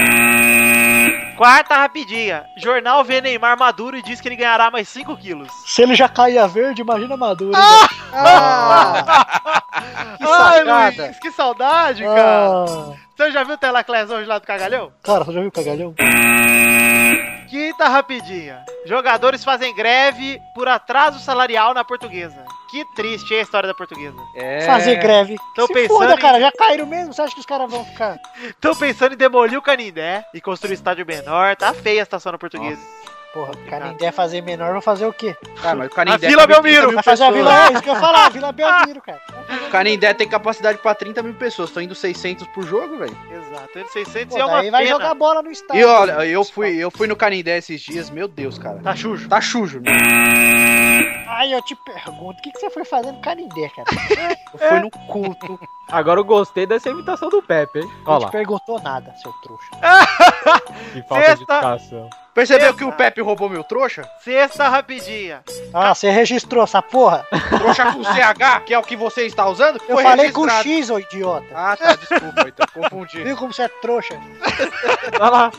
Speaker 6: Quarta rapidinha. Jornal vê Neymar maduro e diz que ele ganhará mais 5 quilos.
Speaker 3: Se ele já caía verde, imagina maduro. Ah, sacada.
Speaker 6: Que que saudade,
Speaker 3: Ah.
Speaker 6: cara. Você já viu o Telaclés hoje lá do Cagalhão?
Speaker 3: Cara, você já viu o cagalhão?
Speaker 6: Quinta rapidinha. Jogadores fazem greve por atraso salarial na portuguesa. Que triste hein, a história da portuguesa.
Speaker 2: É.
Speaker 3: Fazer greve.
Speaker 6: Tô
Speaker 3: se
Speaker 6: pensando
Speaker 3: foda,
Speaker 6: em-
Speaker 3: cara, já caíram mesmo. Você acha que os caras vão ficar.
Speaker 6: Estão pensando em demolir o Canindé e construir um estádio menor. Tá feia a situação na portuguesa.
Speaker 3: Porra, o cara nem der fazer menor, vão fazer o quê?
Speaker 2: Ah, mas o Canindé
Speaker 6: A Vila
Speaker 2: tem 30
Speaker 6: Belmiro.
Speaker 2: mil
Speaker 3: Vai fazer a
Speaker 2: pessoas.
Speaker 3: Vila. É isso que eu ia falar, a Vila Belmiro, cara.
Speaker 2: O Canindé tem capacidade pra 30 mil pessoas. Tô indo 600 por jogo, velho. Tá
Speaker 6: Exato, ele 600
Speaker 3: Pô,
Speaker 6: e é uma
Speaker 3: daí vai
Speaker 6: pena.
Speaker 3: jogar bola no estádio.
Speaker 2: E olha, eu fui, eu fui no Canindé esses dias. Meu Deus, cara.
Speaker 6: Tá chujo.
Speaker 2: Tá chujo, né?
Speaker 3: Aí eu te pergunto, o que, que você foi fazendo com Canindé, cara?
Speaker 2: Eu fui no culto.
Speaker 4: Agora eu gostei dessa imitação do Pepe, hein?
Speaker 3: Não
Speaker 4: Olha
Speaker 3: te
Speaker 4: lá.
Speaker 3: perguntou nada, seu trouxa.
Speaker 4: Que falta de
Speaker 6: Sexta.
Speaker 4: educação.
Speaker 2: Percebeu que o Pepe roubou meu trouxa?
Speaker 6: Sexta rapidinha.
Speaker 3: Ah, você registrou essa porra?
Speaker 2: Trouxa com CH, que é o que você está usando?
Speaker 3: Eu
Speaker 2: foi
Speaker 3: falei com
Speaker 2: registrado.
Speaker 3: X, ô idiota.
Speaker 2: Ah, tá, desculpa, então confundi.
Speaker 3: Viu como você é trouxa?
Speaker 4: Olha lá.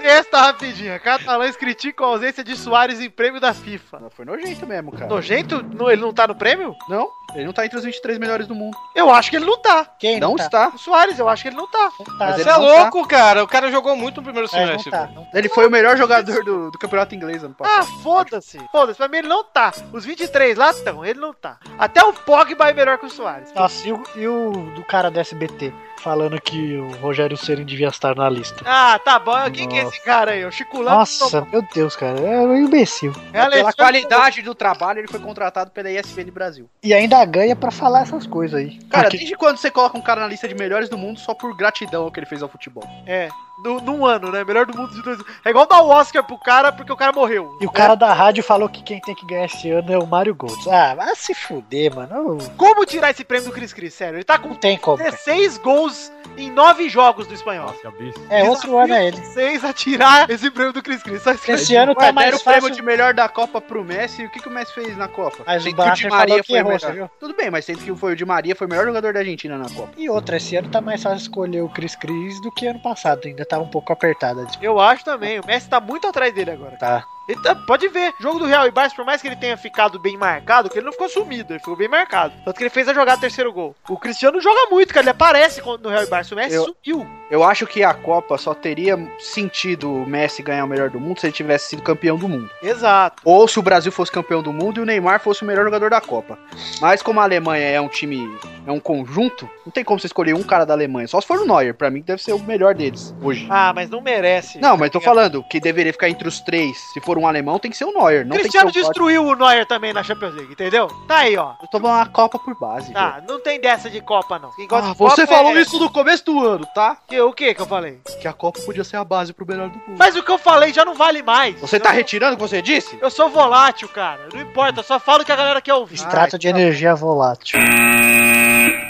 Speaker 6: Sexta rapidinha. Catalães criticam a ausência de Soares em prêmio da FIFA.
Speaker 2: Foi nojento mesmo, cara.
Speaker 6: Nojento? No- Ele não tá no prêmio?
Speaker 2: Não, ele não tá entre os 23 melhores do mundo.
Speaker 6: Eu acho que ele não tá.
Speaker 3: Quem
Speaker 2: não
Speaker 3: tá?
Speaker 2: está.
Speaker 6: O Soares, eu acho que ele não tá.
Speaker 3: Tá,
Speaker 2: Mas
Speaker 5: Você
Speaker 2: ele
Speaker 5: é
Speaker 2: não tá.
Speaker 5: louco, cara. O cara jogou muito no primeiro
Speaker 3: mas
Speaker 5: semestre.
Speaker 3: não tá, não tá.
Speaker 2: Ele foi o melhor jogador do, do campeonato inglês ano
Speaker 6: Ah,
Speaker 2: passado.
Speaker 6: foda-se. Foda-se, pra mim ele não tá. Os 23 lá estão, ele não tá. Até o Pogba é melhor que o Soares.
Speaker 3: Nossa, e o, e o do cara do SBT falando que o Rogério Ceni devia estar na lista?
Speaker 6: Ah, tá bom. Quem que é esse cara aí? O Chiculão.
Speaker 3: Nossa, meu Deus, cara, é um imbecil.
Speaker 6: É
Speaker 2: Pela
Speaker 6: Alexandre-
Speaker 2: qualidade do trabalho, ele foi contratado pela ESPN Brasil.
Speaker 3: E ainda ganha pra falar essas coisas aí.
Speaker 2: Cara,
Speaker 3: Porque-
Speaker 2: desde quando você coloca um cara na lista de melhores do mundo só por gratidão ao que ele fez ao futebol?
Speaker 6: É, no, num ano, né? Melhor do mundo de dois. É igual dar o Oscar pro cara porque o cara morreu.
Speaker 3: E o cara da rádio falou que quem tem que ganhar esse ano é o Mário Golds. Ah, vai se fuder, mano. Não-
Speaker 6: Como tirar esse prêmio do Cris Cris? Sério, ele tá com
Speaker 3: Não tem como. cara.
Speaker 2: É,
Speaker 6: 16 gols em 9 jogos do espanhol.
Speaker 4: Nossa, bicho.
Speaker 3: É outro ano é ele.
Speaker 6: 6 a tirar esse prêmio do Cris Cris. Só isso que
Speaker 3: Esse ano
Speaker 2: Ué,
Speaker 3: tá
Speaker 2: deram
Speaker 3: mais
Speaker 2: o prêmio
Speaker 3: fácil.
Speaker 2: de melhor da Copa pro Messi. e O que, que o Messi fez na Copa?
Speaker 3: Mas
Speaker 2: Sendo
Speaker 3: o
Speaker 2: que Di
Speaker 3: Barcher falou que
Speaker 2: foi
Speaker 3: errou,
Speaker 2: melhor.
Speaker 3: você viu?
Speaker 2: Tudo bem, mas sendo que foi o Di Maria foi o melhor jogador da Argentina na Copa.
Speaker 3: E outra, esse ano tá mais fácil escolher o Cris Cris do que ano passado. Ainda tava um pouco apertada. a disputa.
Speaker 6: Eu acho também. O Messi tá muito atrás dele agora.
Speaker 3: Tá.
Speaker 6: Ele tá- pode ver. Jogo do Real e Barça, por mais que ele tenha ficado bem marcado, que ele não ficou sumido, ele ficou bem marcado. Tanto que ele fez a jogada do terceiro gol. O Cristiano joga muito, cara. Ele aparece quando- no Real e Barça. O Messi
Speaker 2: Eu-
Speaker 6: sumiu.
Speaker 2: Eu acho que a Copa só teria sentido o Messi ganhar o melhor do mundo se ele tivesse sido campeão do mundo.
Speaker 6: Exato.
Speaker 2: Ou se o Brasil fosse campeão do mundo e o Neymar fosse o melhor jogador da Copa. Mas como a Alemanha é um time, é um conjunto, não tem como você escolher um cara da Alemanha. Só se for o Neuer, pra mim que deve ser o melhor deles hoje.
Speaker 6: Ah, mas não merece.
Speaker 2: Não, mas tô falando que deveria ficar entre os três. Se for um alemão, tem que ser o Neuer. Não
Speaker 6: Cristiano
Speaker 2: tem que ser o Totti.
Speaker 6: destruiu o Neuer também na Champions League, entendeu? Tá aí, ó.
Speaker 2: Eu Tomou uma Copa por base. velho.
Speaker 6: Tá, não tem dessa de Copa, não. Quem gosta
Speaker 2: Ah,
Speaker 6: de Copa
Speaker 2: você falou
Speaker 6: é-
Speaker 2: isso no começo do ano, tá?
Speaker 6: Que- o que que eu falei?
Speaker 2: Que a Copa podia ser a base pro melhor do mundo.
Speaker 6: Mas o que eu falei já não vale mais.
Speaker 2: Você
Speaker 6: eu
Speaker 2: tá
Speaker 6: sou-
Speaker 2: retirando o que você disse?
Speaker 6: Eu sou volátil, cara. Não importa, eu só falo o que a galera quer ouvir. tá
Speaker 3: Extrato
Speaker 2: tá
Speaker 3: de energia volátil.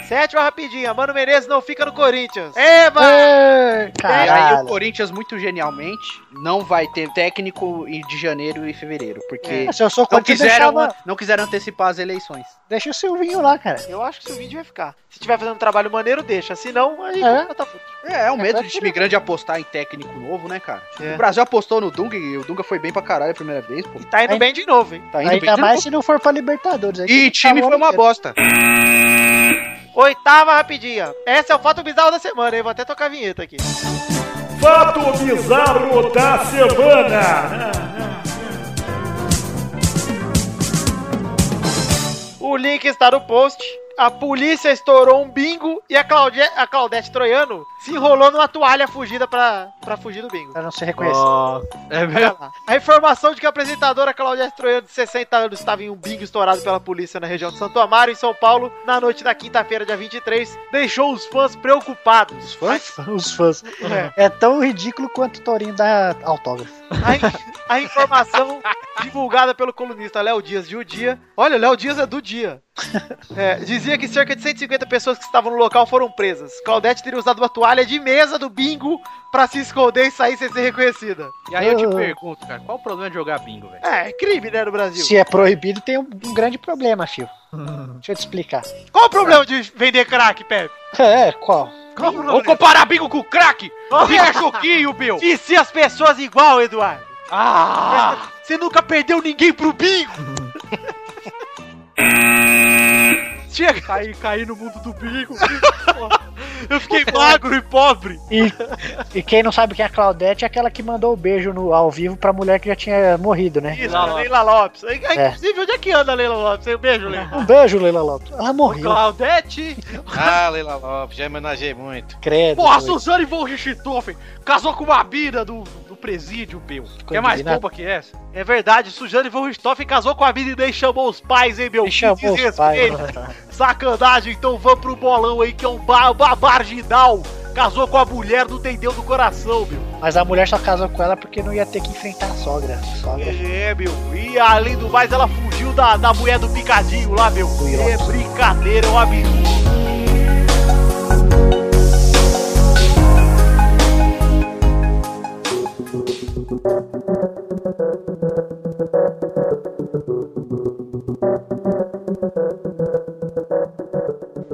Speaker 6: Sétima rapidinha. Mano Menezes não fica no Corinthians. Eba!
Speaker 3: Ei,
Speaker 2: E aí o
Speaker 3: Caralho.
Speaker 2: Corinthians, muito genialmente, não vai ter técnico em- de janeiro e fevereiro, É. porque
Speaker 3: Se eu sou
Speaker 2: não,
Speaker 3: contra, eu
Speaker 2: quiseram,
Speaker 3: deixava,
Speaker 2: não quiseram antecipar as eleições.
Speaker 3: deixa o Silvinho lá, cara.
Speaker 6: Eu acho que se o vídeo vai ficar. Se tiver fazendo um trabalho maneiro, deixa. Se não, aí
Speaker 3: É.
Speaker 6: tá puto.
Speaker 2: É, é um medo
Speaker 3: vai
Speaker 2: de time grande apostar em técnico novo, né, cara?
Speaker 6: É.
Speaker 2: O Brasil apostou no Dunga e o Dunga foi bem pra caralho a primeira vez, pô.
Speaker 6: E tá indo
Speaker 3: Aí-
Speaker 6: bem de novo, hein?
Speaker 2: Tá indo bem.
Speaker 3: Ainda mais Tá é. se não for pra Libertadores. aí tem
Speaker 2: E
Speaker 3: que ficar
Speaker 2: time
Speaker 3: o
Speaker 2: foi
Speaker 3: ano
Speaker 2: uma
Speaker 3: inteiro.
Speaker 2: bosta.
Speaker 6: Oitava rapidinha. Essa é o fato bizarro da semana, hein? Vou até tocar a vinheta aqui.
Speaker 7: Fato bizarro da semana.
Speaker 6: O O link está no post. A polícia estourou um bingo e a, Claudia, a Claudete Troiano se enrolou numa toalha fugida pra, pra fugir do bingo.
Speaker 3: Pra não se reconhecer.
Speaker 6: Nossa, é mesmo? A informação de que a apresentadora Claudete Troiano, de 60 anos, estava em um bingo estourado pela polícia na região de Santo Amaro, em São Paulo, na noite da quinta-feira, dia 23, deixou os fãs preocupados. Os fãs?
Speaker 3: Os fãs. É tão ridículo quanto o Torinho da autógrafo.
Speaker 6: A, in- a informação divulgada pelo colunista Léo Dias de O Dia. Olha, o Léo Dias é do dia. É, dizia que cerca de 150 pessoas que estavam no local foram presas. Claudete teria usado uma toalha de mesa do bingo pra se esconder e sair sem ser reconhecida.
Speaker 8: E aí eu
Speaker 6: Ah.
Speaker 8: te pergunto, cara, qual o problema de jogar bingo, velho?
Speaker 6: É, é crime, né, no Brasil.
Speaker 3: Se é proibido, tem um, um grande problema, Fio. Deixa eu te explicar.
Speaker 6: Qual o problema de vender crack, Pepe?
Speaker 3: É, qual?
Speaker 6: Qual o problema?
Speaker 8: Vamos comparar bingo com crack? Fica choquinho, meu!
Speaker 6: E se as pessoas igual, Eduardo?
Speaker 8: Ah!
Speaker 6: Você nunca perdeu ninguém pro bingo! Chega! Caí, caí no mundo do bingo! Eu fiquei magro e pobre!
Speaker 3: E quem não sabe quem é a Claudete é aquela que mandou o beijo no, ao vivo pra mulher que já tinha morrido, né?
Speaker 6: Isso,
Speaker 8: Leila
Speaker 6: pra Leila Lopes. Aí, aí, Inclusive, onde é que anda a Leila Lopes? Um beijo, Leila.
Speaker 3: Um beijo, Leila Lopes. Ela
Speaker 6: Ô,
Speaker 3: morreu,
Speaker 6: Claudete!
Speaker 5: Ah, Leila Lopes, já homenageei muito.
Speaker 3: credo.
Speaker 8: Porra,
Speaker 3: doido.
Speaker 8: Suzane von Richthofen casou com uma bira do, do presídio, meu.
Speaker 3: Ficou
Speaker 8: Quer mais
Speaker 3: indignado.
Speaker 8: bomba que essa?
Speaker 6: É verdade, Sujane von Richthofen casou com a mina e nem chamou os pais, hein, meu?
Speaker 3: Me chamou os pais. né?
Speaker 6: Sacanagem, então vamos pro bolão aí, que é um bar, bar marginal. Casou com a mulher do Tendeu do Coração, meu.
Speaker 3: Mas a mulher só casou com ela porque não ia ter que enfrentar a sogra. A sogra
Speaker 6: É, meu. E além do mais, ela fugiu da, da mulher do picadinho lá, meu. É brincadeira, é um absurdo.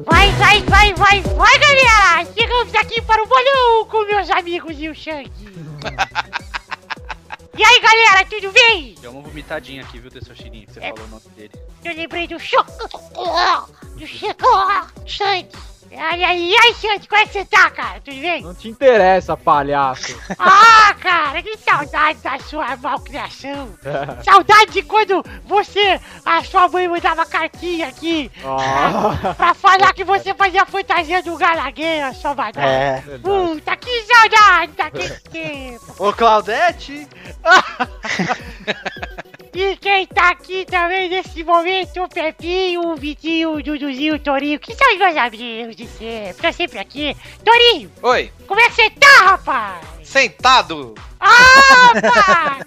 Speaker 9: Vai, vai, vai, vai, vai, galera! Chegamos aqui para o bolão com meus amigos e o Shang. E aí, galera, tudo bem?
Speaker 8: Deu uma vomitadinha aqui, viu, Tessor Chirinho, que você
Speaker 9: É.
Speaker 8: falou o nome dele.
Speaker 9: Eu lembrei do Choco, do Choco, Shang. Ai, ai, ai, Shang, como é que você tá, cara? Tudo bem?
Speaker 4: Não te interessa, palhaço.
Speaker 9: Ah, cara, que saudade da sua malcriação. Saudade de quando você, a sua mãe mandava cartinha aqui
Speaker 4: Ah,
Speaker 9: pra falar que você fazia fantasia do Galagueira, sua bagunça.
Speaker 3: É.
Speaker 9: Puta, que saudade daquele tempo!
Speaker 6: Ô, Claudete!
Speaker 9: E quem tá aqui também nesse momento, o Pepinho, o Vitinho, o Duduzinho, o Torinho, que são os meus amigos de sempre, tá sempre aqui. Torinho,
Speaker 5: Oi,
Speaker 9: como é que você tá, rapaz?
Speaker 5: sentado!
Speaker 9: Ah, rapaz!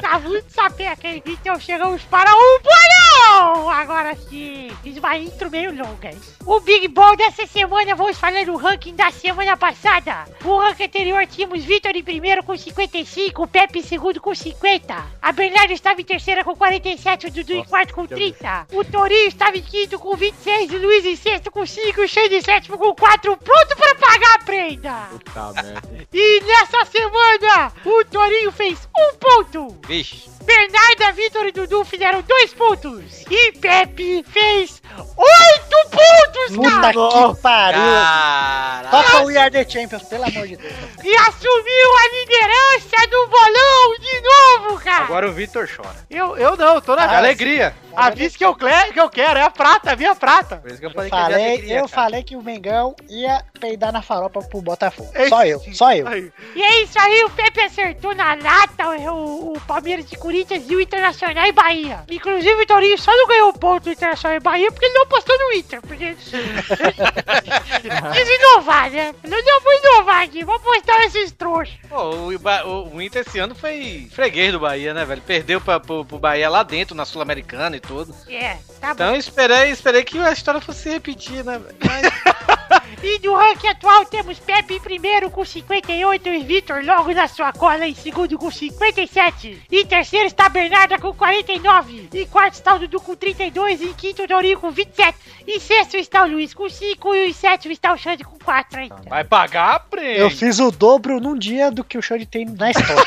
Speaker 9: tá muito sapeca, hein? Então chegamos para o bolão! Agora sim, fiz uma intro meio longa. hein? O Big Ball dessa semana, vamos falar do ranking da semana passada. O ranking anterior tínhamos Vitor em primeiro com 55, o Pepe em segundo com 50. A Bernardo estava em terceira com 47, o Dudu em quarto com 30. O Torinho estava em quinto com 26, o Luiz em sexto com 5, o Shane em sétimo com 4, pronto para pagar a prenda!
Speaker 4: puta merda.
Speaker 9: E nessa semana, o Torinho fez um ponto.
Speaker 5: Vixe,
Speaker 9: Bernarda, Vitor e Dudu fizeram dois pontos. E Pepe fez oito pontos,
Speaker 3: Puta
Speaker 9: cara.
Speaker 3: que pariu.
Speaker 5: cara!
Speaker 3: Toca o We Are The Champions, pelo amor de Deus.
Speaker 9: E assumiu a liderança do bolão de novo, cara.
Speaker 8: Agora o Vitor chora.
Speaker 6: Eu, eu não, tô
Speaker 5: É
Speaker 6: na
Speaker 8: Alegria!
Speaker 6: A vice que eu, cle- que eu quero é a prata, a minha prata.
Speaker 8: Por isso que eu
Speaker 3: Eu
Speaker 8: falei, que ele é
Speaker 3: falei,
Speaker 8: alegria, cara.
Speaker 3: eu falei que o Mengão ia peidar na faropa pro Botafogo.
Speaker 6: Esse-
Speaker 3: Só eu, só eu.
Speaker 6: Aí.
Speaker 9: E é isso aí, o Pepe acertou na lata o, o Palmeiras de Corinthians e o Internacional e Bahia. Inclusive o Torinho só não ganhou ponto do Internacional e Bahia porque ele não postou no Inter. Porque... Quis inovar, né? Não deu pra inovar aqui, vou postar esses trouxas.
Speaker 5: Pô, o, Iba- o- o Inter esse ano foi freguês do Bahia, né, velho? Perdeu pra, pro, pro Bahia lá dentro, na Sul-Americana e tudo.
Speaker 9: É, tá bom.
Speaker 5: Então eu esperei, esperei que a história fosse se repetir, né, velho? Mas
Speaker 9: E no ranking atual temos Pepe em primeiro com 58 e Vitor logo na sua cola em segundo com 57. Em terceiro está Bernarda com 49. Em quarto está o Dudu com 32 e em quinto o Dorinho com 27. Em sexto está o Luiz com 5 e em sétimo está o Xande com 4 ainda.
Speaker 8: Vai pagar a prenda.
Speaker 3: Eu fiz o dobro num dia do que o Xande tem na história.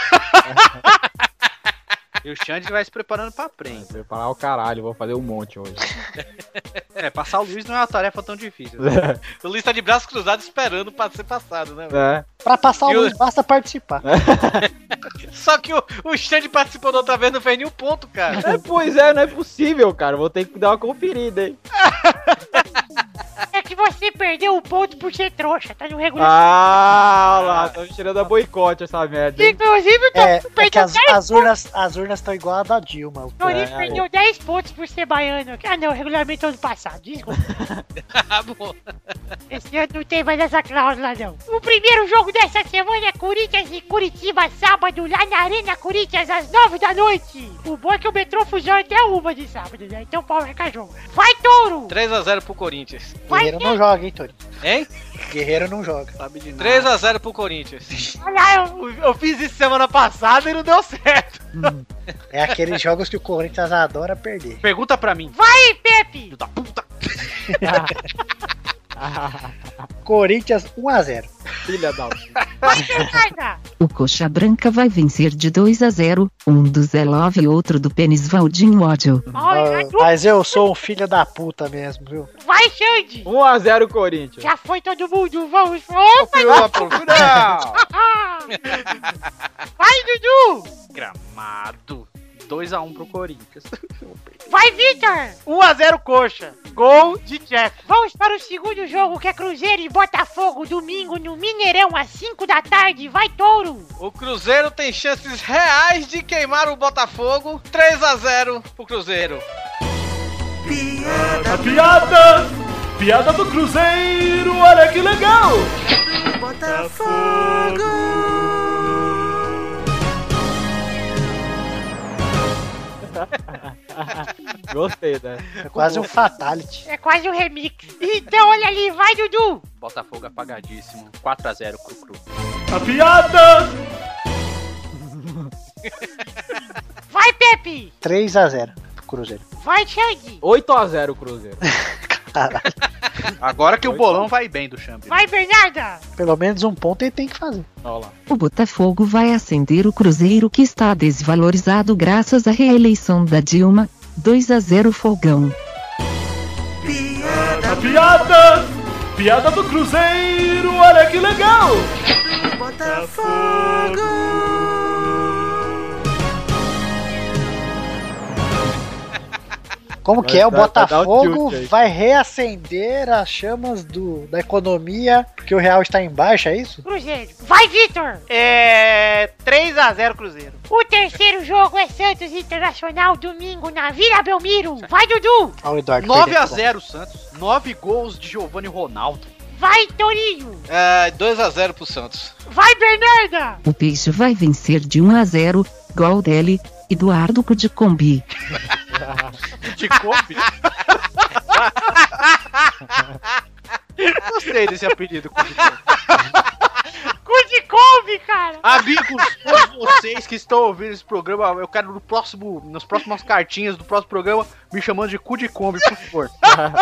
Speaker 10: E o Xande vai se preparando pra prenda.
Speaker 4: Preparar o caralho, vou fazer um monte hoje.
Speaker 10: É, passar o Luiz não é uma tarefa tão difícil.
Speaker 5: O Luiz tá de braços cruzados esperando pra ser passado, né? velho?
Speaker 4: É.
Speaker 3: Pra passar o
Speaker 5: Eu-
Speaker 3: Luiz, basta participar.
Speaker 5: Só que o, o Xande participou da outra vez, não fez nenhum ponto, cara.
Speaker 4: É, Pois é, não é possível, cara. Vou ter que dar uma conferida, hein?
Speaker 9: É que você perdeu o ponto por ser trouxa, tá no regulamento.
Speaker 4: Ah, lá, tá me tirando a boicote essa merda. hein?
Speaker 9: Inclusive, tá,
Speaker 3: É, é que
Speaker 9: perdeu
Speaker 3: as,
Speaker 9: 10
Speaker 3: as urnas as urnas estão igual a da Dilma.
Speaker 9: Lourenço
Speaker 4: É,
Speaker 9: perdeu 10 pontos por ser baiano. Ah, não, regulamento ano passado, desculpa.
Speaker 5: Ah, bom.
Speaker 9: Esse ano não tem mais essa cláusula, não. O primeiro jogo dessa semana é Corinthians e Curitiba, sábado, lá na Arena Corinthians, às 9 da noite. O bom é que o metrô fusão é até uma de sábado, né? Então, pau é cajão. Vai, touro!
Speaker 5: 3x0 pro Corinthians.
Speaker 9: Vai,
Speaker 3: Guerreiro não
Speaker 9: Olha
Speaker 3: joga, hein, Tony?
Speaker 5: Hein?
Speaker 3: Guerreiro não joga.
Speaker 5: 3x0 pro Corinthians.
Speaker 9: lá, eu-
Speaker 6: Eu- Eu fiz isso semana passada e não deu certo.
Speaker 3: É aqueles jogos que o Corinthians adora perder.
Speaker 10: Pergunta pra mim.
Speaker 9: vai, Pepe!
Speaker 3: Corinthians 1x0.
Speaker 4: Filha da.
Speaker 9: Vai, Fernanda!
Speaker 11: O Coxa Branca vai vencer de 2 a 0, um do Zé Love e outro do Pênis Valdinho Ódio.
Speaker 9: Olha,
Speaker 3: Mas eu sou um filho da puta mesmo, viu?
Speaker 9: vai, Xande!
Speaker 4: 1x0 Corinthians.
Speaker 9: Já foi todo mundo, vamos! Opa! Vai, Dudu!
Speaker 10: Gramado. 2x1 pro Corinthians.
Speaker 9: Vai, Victor!
Speaker 6: 1x0 coxa. Gol de Jack.
Speaker 9: Vamos para o segundo jogo, que é Cruzeiro e Botafogo, domingo no Mineirão, às 5 da tarde. Vai, Touro!
Speaker 5: O Cruzeiro tem chances reais de queimar o Botafogo. 3x0 pro Cruzeiro.
Speaker 8: A piada! Piada do Cruzeiro, olha que legal!
Speaker 4: Gostei, né?
Speaker 3: É quase um fatality.
Speaker 9: É quase um remix. Então, olha ali, vai, Dudu!
Speaker 10: Botafogo é apagadíssimo. 4x0 pro Cru.
Speaker 8: A piada!
Speaker 9: Vai, Pepe!
Speaker 3: 3x0 pro Cruzeiro.
Speaker 9: Vai, Chang!
Speaker 4: 8x0 Cruzeiro.
Speaker 3: Caralho.
Speaker 10: Agora que o bolão vai bem do Champions.
Speaker 9: Vai, Bernarda!
Speaker 3: Pelo menos um ponto ele tem que fazer.
Speaker 4: Olha lá.
Speaker 11: O Botafogo vai acender o Cruzeiro que está desvalorizado graças à reeleição da Dilma. 2 a 0 Fogão.
Speaker 8: A piada! Piada do Cruzeiro, olha que legal!
Speaker 3: Como
Speaker 4: Vai
Speaker 3: que é? O
Speaker 4: dar- vai dar o
Speaker 3: Botafogo
Speaker 4: tilt aí.
Speaker 3: vai reacender as chamas do, da economia, porque o real está em baixa, é isso?
Speaker 9: Cruzeiro! Vai, Vitor!
Speaker 6: É. 3x0 Cruzeiro.
Speaker 9: O terceiro jogo é Santos Internacional, domingo na Vila Belmiro. Vai, Dudu!
Speaker 3: Olha o Eduardo. perdendo ponto.
Speaker 10: 9x0 Santos. 9 gols de Giovanni Ronaldo.
Speaker 9: Vai, Torinho!
Speaker 5: É, 2x0 pro Santos.
Speaker 9: Vai, Bernarda!
Speaker 11: O Peixe vai vencer de 1 a 0. Gol dele, Eduardo Cudicombi.
Speaker 10: Cuticombi? Gostei desse apelido, Cuticombi.
Speaker 9: Cudicombe, cara!
Speaker 10: Amigos, todos vocês que estão ouvindo esse programa, eu quero no próximo, nas próximas cartinhas do próximo programa, me chamando de Cuticombi, por favor.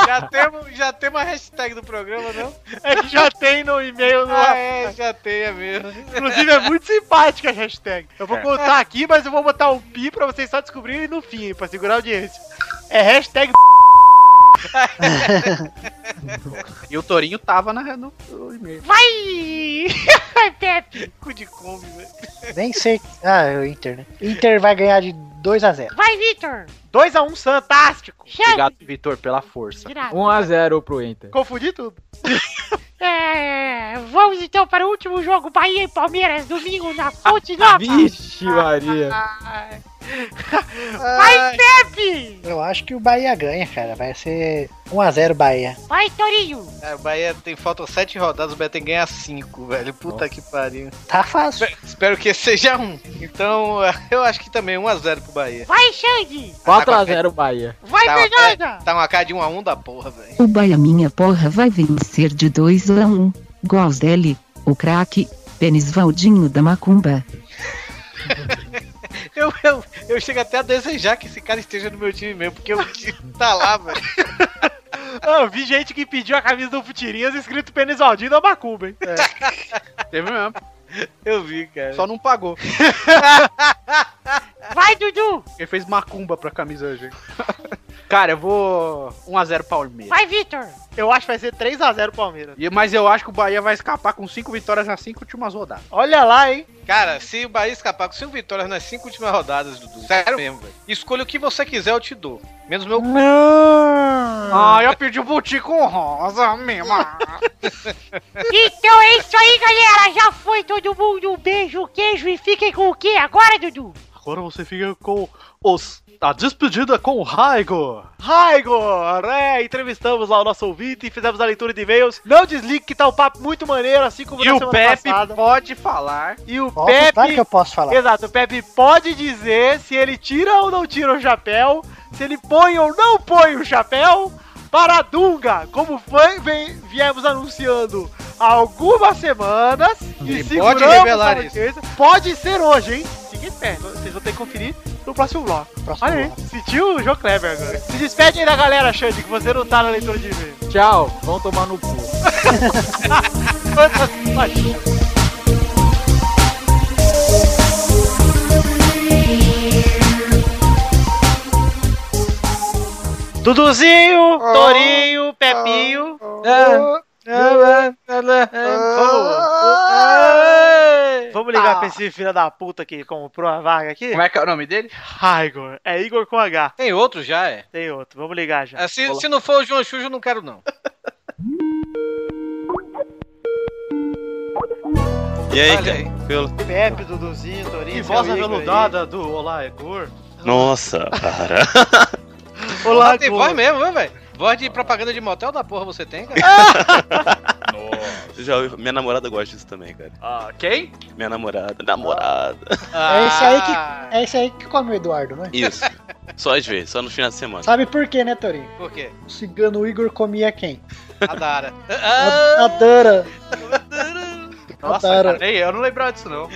Speaker 5: Já temos, já temos a hashtag do programa, não?
Speaker 6: É que já tem no e-mail. No...
Speaker 5: Ah, é, já tem, é mesmo.
Speaker 6: Inclusive é muito simpática a hashtag. Eu
Speaker 10: É.
Speaker 6: vou contar aqui, mas eu vou botar um pi pra vocês só descobrirem no fim, pra segurar a audiência. É hashtag.
Speaker 10: E o Torinho tava na, no, no e-mail.
Speaker 9: Vai, Pepe!
Speaker 5: Cu de Kombi, velho.
Speaker 3: Nem sei. Ah, é o Inter, né? Inter vai ganhar de 2x0.
Speaker 9: Vai, Vitor! é
Speaker 6: 2x1 Santástico.
Speaker 9: Xande!
Speaker 10: Obrigado, Vitor, pela força.
Speaker 9: Obrigado.
Speaker 4: 1x0 pro Inter.
Speaker 6: Confundi tudo.
Speaker 9: É, vamos então para o último jogo, Bahia e Palmeiras, domingo na Fonte
Speaker 4: Tá
Speaker 9: Nova.
Speaker 4: Vixe, Maria.
Speaker 9: Vai, Pepe!
Speaker 3: Eu acho que o Bahia ganha, cara. Vai ser 1x0 Bahia.
Speaker 9: Vai, Torinho!
Speaker 5: É, o Bahia tem, faltam 7 rodadas, o Bahia tem que ganhar 5, velho. Puta que pariu.
Speaker 3: Tá fácil.
Speaker 5: Espero que seja um. Então, eu acho que também 1x0 pro Bahia.
Speaker 9: Vai, Xande!
Speaker 4: 4x0 Bahia.
Speaker 9: Vai,
Speaker 5: Tá,
Speaker 9: Bernarda!
Speaker 5: Tá uma cara de 1x1 da porra, velho.
Speaker 11: O Bahia minha porra vai vencer de 2 a 1. Gols dele, o craque, Pênis Valdinho da Macumba.
Speaker 5: Eu, eu, eu chego até a desejar que esse cara esteja no meu time mesmo, porque o time tá lá, velho.
Speaker 6: Ah, eu vi gente que pediu a camisa do Futirinhas escrito Penizaldinho da Macumba, hein?
Speaker 10: É. Teve mesmo.
Speaker 5: Eu vi, cara.
Speaker 10: Só não pagou.
Speaker 9: Vai, Dudu!
Speaker 10: Ele fez macumba pra camisa hoje. Cara, eu vou 1x0 Palmeiras.
Speaker 9: Vai, Vitor!
Speaker 6: Eu acho que vai ser 3x0 Palmeiras.
Speaker 10: E- Mas eu acho que o Bahia vai escapar com 5 vitórias nas 5 últimas rodadas.
Speaker 6: Olha lá, hein?
Speaker 5: Cara, se o Bahia escapar com 5 vitórias nas 5 últimas rodadas, Dudu, sério mesmo, velho. Escolha o que você quiser, eu te dou. Menos meu.
Speaker 10: Ah, eu pedi o botico rosa mesmo.
Speaker 9: Então é isso aí, galera! Já foi todo mundo! Um beijo, queijo e fiquem com o quê agora, Dudu?
Speaker 10: Agora você fica com os, a despedida com o Raigo.
Speaker 6: Raigor! É, entrevistamos lá o nosso ouvinte e fizemos a leitura de e-mails. Não desligue que tá um papo muito maneiro, assim como
Speaker 10: E
Speaker 6: na
Speaker 10: o
Speaker 6: semana
Speaker 10: Pepe tá
Speaker 6: passada.
Speaker 10: pode falar.
Speaker 6: E o
Speaker 3: Posso?
Speaker 6: Pepe...
Speaker 3: tá Claro que eu posso falar.
Speaker 6: Exato, o Pepe pode dizer se ele tira ou não tira o chapéu, se ele põe ou não põe o chapéu para a Dunga, como foi, vem- viemos anunciando há algumas semanas.
Speaker 10: Ele pode
Speaker 6: seguramos
Speaker 10: revelar
Speaker 6: a
Speaker 10: isso.
Speaker 6: notícia. Pode ser hoje, hein? Fiquem perto, vocês vão ter que conferir no próximo bloco.
Speaker 3: Próximo
Speaker 6: Olha aí, sentiu o João Kleber agora. Se despede aí da galera, Xande, que você não tá na leitura de e-mail.
Speaker 4: Tchau, vão tomar no cu.
Speaker 6: Duduzinho, Torinho, Pepinho. É.
Speaker 5: ah.
Speaker 6: Vamos ligar pra esse filho da puta que comprou a vaga aqui?
Speaker 10: Tá. Como é que é o nome dele?
Speaker 6: Raigor. É Igor com H.
Speaker 5: Tem outro já, é?
Speaker 6: Tem outro. Vamos ligar já.
Speaker 10: É
Speaker 5: Ah, se, se não for o João Xuxa, eu não quero, não.
Speaker 12: E aí,
Speaker 5: Olha
Speaker 12: cara?
Speaker 5: aí.
Speaker 12: Tranquilo?
Speaker 6: Pepe, Duduzinho, Torinho.
Speaker 8: Que voz
Speaker 6: seu Igor
Speaker 8: aveludada do Olá
Speaker 6: é
Speaker 8: Egor.
Speaker 12: Nossa, para.
Speaker 6: aí.
Speaker 5: Olá,
Speaker 6: Olá,
Speaker 5: tem
Speaker 6: Igor.
Speaker 5: voz mesmo, viu, velho? Voz de propaganda de motel da porra você tem, cara?
Speaker 12: Já, ouvi- minha namorada gosta disso também, cara.
Speaker 8: Ah, quem?
Speaker 12: Minha namorada, namorada.
Speaker 3: É esse aí
Speaker 5: Ah,
Speaker 3: que, é esse aí que come o Eduardo, né?
Speaker 12: Isso. Só às vezes, só no final de semana.
Speaker 3: Sabe por quê, né, Torinho?
Speaker 5: Por quê?
Speaker 3: O cigano Igor comia quem?
Speaker 5: A Dara.
Speaker 12: Ah!
Speaker 3: A, a Dara.
Speaker 10: Nossa,
Speaker 3: Adoro.
Speaker 10: cara, nem eu não lembrava disso não.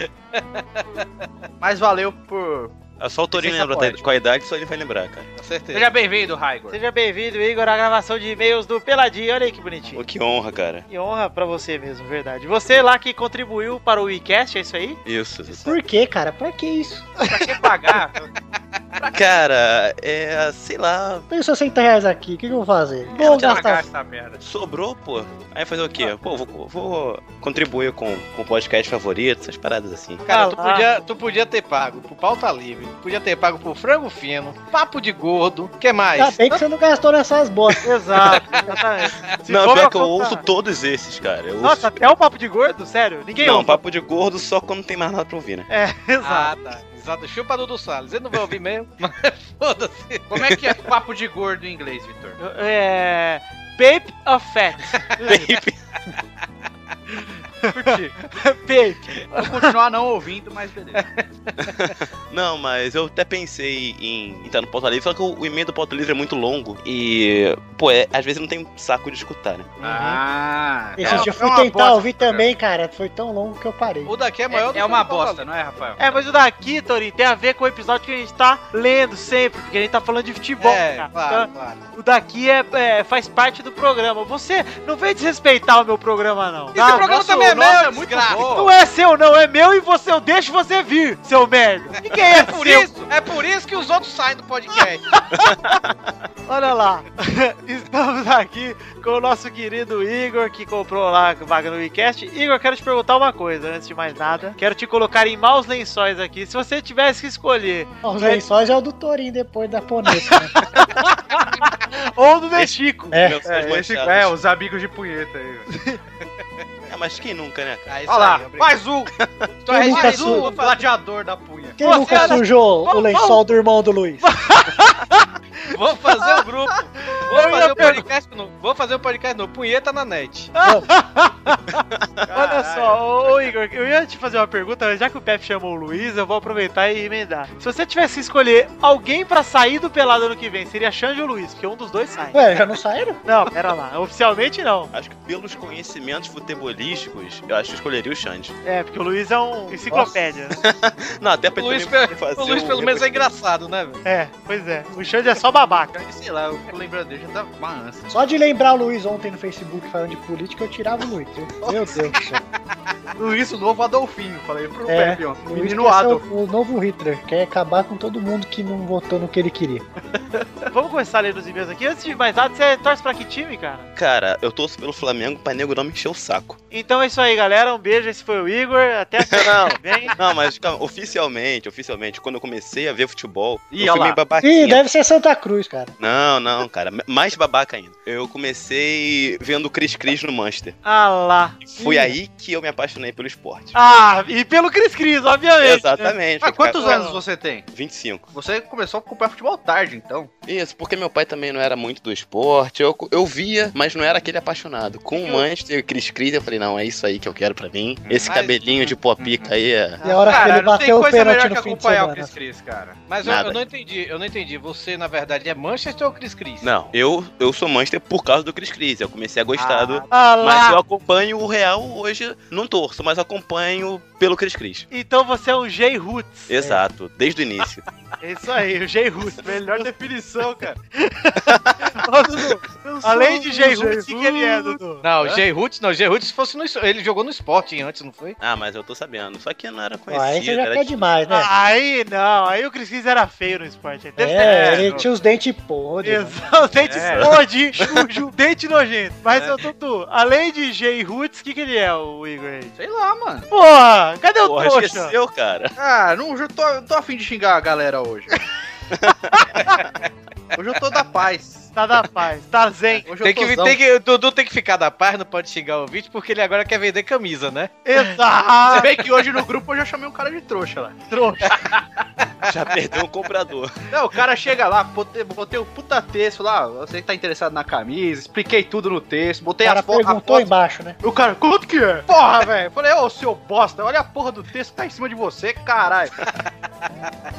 Speaker 10: Mas valeu por...
Speaker 12: É Só o Torinho
Speaker 10: Licença
Speaker 12: lembra da- com a idade, só ele vai lembrar, cara.
Speaker 5: Com certeza.
Speaker 10: Seja bem-vindo, Raigor.
Speaker 6: Seja bem-vindo, Igor, à gravação de e-mails do Peladinho. Olha aí que bonitinho.
Speaker 12: Pô, que honra, cara.
Speaker 6: Que honra pra você mesmo, verdade. Você lá que contribuiu para o WeCast, é isso aí?
Speaker 12: Isso.
Speaker 3: Por quê, cara? Pra que isso?
Speaker 10: É Pagar.
Speaker 12: Cara, é. Sei lá.
Speaker 3: Tenho seus 60 reais aqui, o que, que eu vou fazer?
Speaker 12: Eu
Speaker 3: Vou
Speaker 12: não tinha
Speaker 3: gastar.
Speaker 10: essa merda.
Speaker 12: Sobrou, pô. Aí fazer o
Speaker 9: Ah.
Speaker 12: quê? Pô, vou, vou contribuir com o podcast favorito, essas paradas assim.
Speaker 5: Cara, tu
Speaker 3: Ah.
Speaker 5: podia, tu podia ter pago pro pauta livre, podia ter pago pro frango fino, papo de gordo, que
Speaker 3: Ainda
Speaker 5: mais?
Speaker 3: Tá bem que você não gastou nessas bostas.
Speaker 6: Exato, exatamente. Se
Speaker 12: não,
Speaker 6: for
Speaker 12: pior
Speaker 6: pra
Speaker 12: que eu
Speaker 6: contar-
Speaker 12: ouço todos esses, cara. Eu ouço-
Speaker 6: Nossa, até o papo de gordo? Sério? Ninguém
Speaker 12: não,
Speaker 6: ouve.
Speaker 12: papo de gordo só quando não tem mais nada pra ouvir, né?
Speaker 6: É,
Speaker 5: Ah,
Speaker 6: exato.
Speaker 5: tá. Exato. Chupa Dudu Salles. Ele não vai ouvir mesmo, mas foda-se.
Speaker 10: Como é que é papo de gordo em inglês, Vitor?
Speaker 6: É. Pape of Fat.
Speaker 10: Curti.
Speaker 6: Pape.
Speaker 10: Vou continuar não ouvindo, mas beleza.
Speaker 12: Não, mas eu até pensei em entrar no Porto Livre, só que o o e-mail do Porto Livre é muito longo e, pô, é- às vezes não tem saco de escutar, né?
Speaker 10: Uhum. Ah,
Speaker 3: Esse dia eu fui tentar ouvir também, cara. Foi tão longo que eu parei.
Speaker 5: O daqui é maior do
Speaker 10: É,
Speaker 5: que o
Speaker 10: uma
Speaker 5: do Pauta
Speaker 10: bosta, não é, Rafael?
Speaker 6: É, mas o daqui, Torinho, tem a ver com o episódio que a gente tá lendo sempre, porque a gente tá falando de futebol,
Speaker 5: É,
Speaker 6: cara.
Speaker 5: claro,
Speaker 6: Então,
Speaker 5: claro.
Speaker 6: o daqui é, é- faz parte do programa. Você não vem desrespeitar o meu programa, não. tá?
Speaker 5: Esse programa também é meu, é muito
Speaker 10: desgraça.
Speaker 5: bom.
Speaker 6: Não é seu, não, é meu e você, eu deixo você vir, seu merda. Ninguém é,
Speaker 5: É
Speaker 6: é
Speaker 5: por
Speaker 6: seu.
Speaker 5: isso, é por isso que os outros saem do podcast.
Speaker 6: Olha lá, estamos aqui com o nosso querido Igor, que comprou lá a vaga no WeCast. Igor, quero te perguntar uma coisa, antes de mais nada. Quero te colocar em maus lençóis aqui. Se você tivesse que escolher,
Speaker 3: Os lençóis é o do Torinho depois da poneta. Né?
Speaker 6: ou do The Chico.
Speaker 3: É.
Speaker 12: Meus pés
Speaker 10: É, esse-
Speaker 12: manchados.
Speaker 10: é, os amigos de punheta aí. velho.
Speaker 12: É, mas quem nunca, né, cara?
Speaker 5: Ah, isso
Speaker 10: Olha lá,
Speaker 5: aí, obrigado.
Speaker 10: mais um.
Speaker 5: Então é
Speaker 3: Quem nunca
Speaker 5: mais
Speaker 3: sou?
Speaker 5: um gladiador da punha.
Speaker 3: Quem
Speaker 6: Você
Speaker 12: é
Speaker 3: nunca
Speaker 6: era-
Speaker 3: sujou o
Speaker 6: Vamos-
Speaker 3: lençol do irmão do Luiz?
Speaker 5: Vou fazer o grupo. Vou
Speaker 6: Eu ia
Speaker 5: fazer o
Speaker 6: perguntar.
Speaker 5: podcast no. Vou fazer o podcast no. Punheta na net.
Speaker 6: Olha só, ô, ô, Igor, eu ia te fazer uma pergunta, mas já que o Pepe chamou o Luiz, eu vou aproveitar e emendar. Se você tivesse que escolher alguém pra sair do pelado ano que vem, seria Xande ou Luiz, porque um dos dois sai.
Speaker 3: Ué, já não saíram?
Speaker 6: Não, pera lá, oficialmente não.
Speaker 12: Acho que pelos conhecimentos futebolísticos, eu acho que eu escolheria o Xande.
Speaker 6: É, porque o Luiz é um enciclopédia. né?
Speaker 12: Não, até
Speaker 5: O
Speaker 12: pra
Speaker 5: Luiz,
Speaker 12: ele
Speaker 5: pe-
Speaker 12: também fazer
Speaker 5: o Luiz pelo menos é engraçado, né, velho?
Speaker 6: É, pois é. O Xande é só babaca.
Speaker 10: Sei lá, eu fico lembrando dele,
Speaker 5: tá
Speaker 10: já tava uma ânsia. Ah,
Speaker 3: Só de lembrar o Luiz ontem no Facebook falando de política, eu tirava o Luiz. Meu Deus do céu.
Speaker 2: Luiz, o novo Adolfinho. Falei pro
Speaker 3: É,
Speaker 2: Pepe, ó.
Speaker 3: o
Speaker 2: Menino
Speaker 3: Hitler é
Speaker 2: Adolf.
Speaker 3: o, o novo Hitler quer acabar com todo mundo que não votou no que ele queria.
Speaker 6: Vamos começar a ler os e-mails aqui. Antes de mais nada, você torce pra que time, cara?
Speaker 12: Cara, eu torço pelo Flamengo pra nego não me encher o saco.
Speaker 6: Então é isso aí, galera. Um beijo. Esse foi o Igor. Até a semana que vem.
Speaker 12: Não, mas calma, oficialmente, oficialmente, quando eu comecei a ver futebol,
Speaker 6: Ih, né?
Speaker 12: eu
Speaker 6: olha
Speaker 12: fui
Speaker 6: lá.
Speaker 12: meio babaquinha.
Speaker 3: Ih, deve ser Santa Cruz, cara.
Speaker 12: Não, não, cara, mais babaca ainda. Eu comecei vendo o Cris Cris no Manchester.
Speaker 6: Ah lá.
Speaker 12: Foi aí que eu me apaixonei pelo esporte.
Speaker 6: Ah, e pelo Cris Cris, obviamente.
Speaker 12: Exatamente.
Speaker 2: Mas quantos anos você tem?
Speaker 12: 25.
Speaker 2: Você começou a acompanhar futebol tarde, então.
Speaker 12: Isso, porque meu pai também não era muito do esporte. Eu, eu via, mas não era aquele apaixonado. Com o Manchester e o Cris Cris, eu falei, não, é isso aí que eu quero pra mim. Esse
Speaker 5: Mas-
Speaker 12: cabelinho de pó pica aí é...
Speaker 3: E a hora que ele
Speaker 5: não tem
Speaker 3: bateu o
Speaker 5: coisa melhor
Speaker 3: pênalti
Speaker 5: que
Speaker 3: no fim de
Speaker 5: acompanhar o
Speaker 3: semana.
Speaker 5: Cris Cris, cara. Mas eu,
Speaker 12: Nada.
Speaker 5: eu não entendi, eu não entendi. Você, na verdade, é Manchester ou Cris Cris?
Speaker 12: Não, eu, eu sou Manchester por causa do Cris Cris. Eu comecei a gostar do.
Speaker 6: Ah lá.
Speaker 12: mas eu acompanho o Real hoje, não torço, mas acompanho pelo Cris Cris.
Speaker 6: Então você é um J. Roots.
Speaker 12: Exato, desde o início.
Speaker 6: É isso aí, o J. Roots. Melhor definição, cara. Além de J. Roots, o que, que ele é, Dudu?
Speaker 5: Não,
Speaker 12: Hã?
Speaker 5: Jay Roots, não, Jay Roots fosse no, es- ele jogou no Sporting antes, não foi?
Speaker 12: ah, mas eu tô sabendo. Só que não era
Speaker 3: Ó, aí
Speaker 12: conhecido.
Speaker 3: você já
Speaker 12: era
Speaker 3: quer
Speaker 12: de-
Speaker 3: demais, né?
Speaker 6: Aí não, aí o Cris Cris era feio no esporte. Ah, Deve
Speaker 3: É,
Speaker 6: ser-
Speaker 3: ele tinha os dentes podres. mano.
Speaker 6: Exato, dente
Speaker 3: É.
Speaker 6: podre, sujo, dente nojento. Mas, ô Dudu, além de J. Roots, o que, que ele é, o Igor aí?
Speaker 2: Sei lá, mano.
Speaker 6: Porra, cadê o
Speaker 12: Porra,
Speaker 6: trouxa?
Speaker 12: esqueceu, cara.
Speaker 2: Ah, não, eu tô, eu tô afim de xingar a galera hoje. hoje eu tô da paz.
Speaker 6: Tá da paz, tá zen.
Speaker 2: Hoje
Speaker 5: Tem
Speaker 2: eu
Speaker 5: que,
Speaker 2: tô
Speaker 5: tem que, o Dudu tem que ficar da paz, não pode xingar o vídeo, porque ele agora quer vender camisa, né?
Speaker 6: Exato.
Speaker 2: Você vê que hoje no grupo eu já chamei um cara de trouxa lá.
Speaker 6: Trouxa.
Speaker 12: Já perdeu o comprador.
Speaker 2: Não, o cara chega lá, botei, botei um puta texto lá, você que tá interessado na camisa, expliquei tudo no texto,
Speaker 3: O
Speaker 2: botei
Speaker 3: cara
Speaker 2: as fo- a
Speaker 3: perguntou
Speaker 2: foto.
Speaker 3: embaixo, né?
Speaker 2: O cara, quanto que é? Porra, velho. Falei, ô, seu bosta, olha a porra do texto que tá em cima de você, caralho.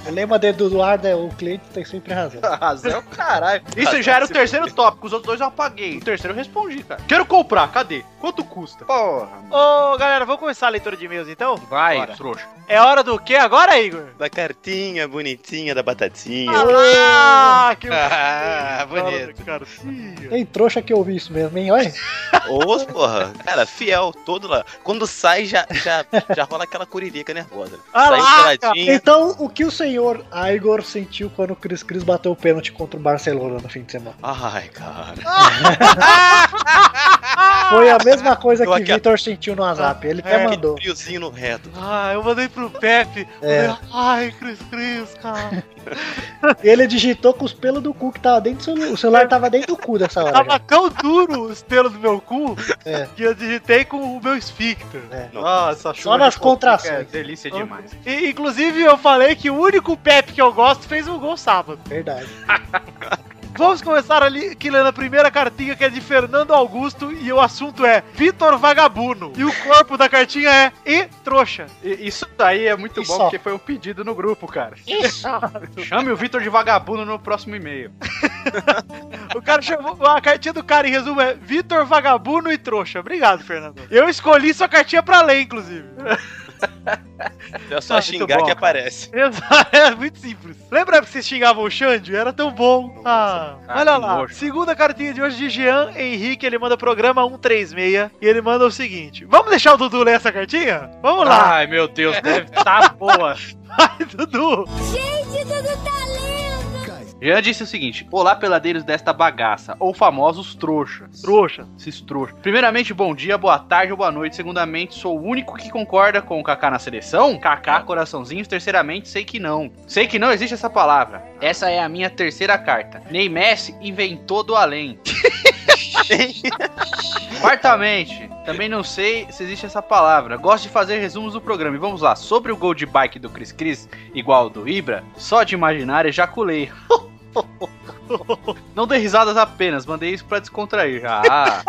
Speaker 3: O lema de Eduardo é o cliente tem sempre razão.
Speaker 2: Razão, caralho. Tá Isso já era o terceiro tópico, os outros dois eu apaguei. O terceiro eu respondi, cara. Quero comprar, cadê? Quanto custa? Porra.
Speaker 6: Ô, galera, vamos começar a leitura de e-mails então?
Speaker 2: Vai,
Speaker 6: Bora.
Speaker 2: trouxa.
Speaker 6: É hora do que agora, Igor?
Speaker 12: Da cartinha bonitinha, da batatinha.
Speaker 6: Ah, que
Speaker 5: Ah, bonito.
Speaker 6: Cara,
Speaker 3: Tem trouxa que ouvi isso mesmo, hein? Olha.
Speaker 12: Ô, porra. Cara, fiel, todo lá. Quando sai, já, já, já rola aquela curirica nervosa.
Speaker 3: Ah,
Speaker 12: sai um
Speaker 5: é.
Speaker 12: peladinha.
Speaker 3: Então, o que o senhor Igor sentiu quando o Cris Cris bateu o pênalti contra o Barcelona no fim de semana?
Speaker 12: Ai, cara.
Speaker 3: Ah, Foi a mesma coisa
Speaker 12: Eu
Speaker 3: que o
Speaker 12: aqui-
Speaker 3: Vitor sentiu no WhatsApp. Ele até
Speaker 6: É.
Speaker 3: mandou.
Speaker 12: Friozinho no reto.
Speaker 6: Ah, eu mandei pro Pepe.
Speaker 3: É.
Speaker 6: Falei, Ai, Cris Cris, cara.
Speaker 3: E ele digitou com os pelos do cu que tava dentro do celular. O celular tava dentro do cu dessa hora.
Speaker 6: Tava tão duro os pelos do meu cu
Speaker 3: É.
Speaker 6: que eu digitei com o meu esfíncter.
Speaker 2: Nossa,
Speaker 3: Só nas
Speaker 2: de coquinha
Speaker 3: contrações. Ah.
Speaker 2: É delícia demais.
Speaker 6: E, inclusive, eu falei que o único Pepe que eu gosto fez um gol sábado.
Speaker 3: Verdade.
Speaker 6: Vamos começar ali, que lendo a primeira cartinha que é de Fernando Augusto e o assunto é Vitor Vagabundo. E o corpo da cartinha é E trouxa.
Speaker 2: E- isso daí é muito
Speaker 3: E
Speaker 2: bom,
Speaker 3: só?
Speaker 2: porque foi um pedido no grupo, cara.
Speaker 9: Isso!
Speaker 2: Chame o Vitor de vagabundo no próximo e-mail.
Speaker 6: O cara chamou. A cartinha do cara, em resumo, é Vitor Vagabundo e trouxa. Obrigado, Fernando. Eu escolhi sua cartinha pra ler, inclusive.
Speaker 12: É só
Speaker 6: Ah, muito
Speaker 12: xingar
Speaker 6: bom,
Speaker 12: que
Speaker 6: cara.
Speaker 12: aparece.
Speaker 6: Exato, é muito simples. Lembra que vocês xingavam o Xande? Era tão bom. Ah,
Speaker 2: cara,
Speaker 6: olha
Speaker 2: que
Speaker 6: lá.
Speaker 2: nojo.
Speaker 6: Segunda cartinha de hoje de Jean Henrique, ele manda programa 136 e ele manda o seguinte: Vamos deixar o Dudu ler essa cartinha? Vamos lá.
Speaker 5: Ai, meu Deus, deve
Speaker 2: Tá boa. Ah.
Speaker 6: Ai, Dudu.
Speaker 8: Gente, tudo tá lindo!
Speaker 2: Jean disse o seguinte: Olá, peladeiros desta bagaça, ou famosos trouxas.
Speaker 6: Trouxa.
Speaker 2: Esses trouxas. Primeiramente, bom dia, boa tarde ou boa noite. Segundamente, sou o único que concorda com o Kaká na seleção? Kaká, coraçãozinhos. Terceiramente, sei que não. Sei que não existe essa palavra. Essa é a minha terceira carta. Ney Messi inventou do além. Quartamente, também não sei se existe essa palavra. Gosto de fazer resumos do programa. E vamos lá. Sobre o gol de bike do Cris Cris, igual ao do Ibra, só de imaginar ejaculei. Não dei risadas apenas, mandei isso pra descontrair. Ah,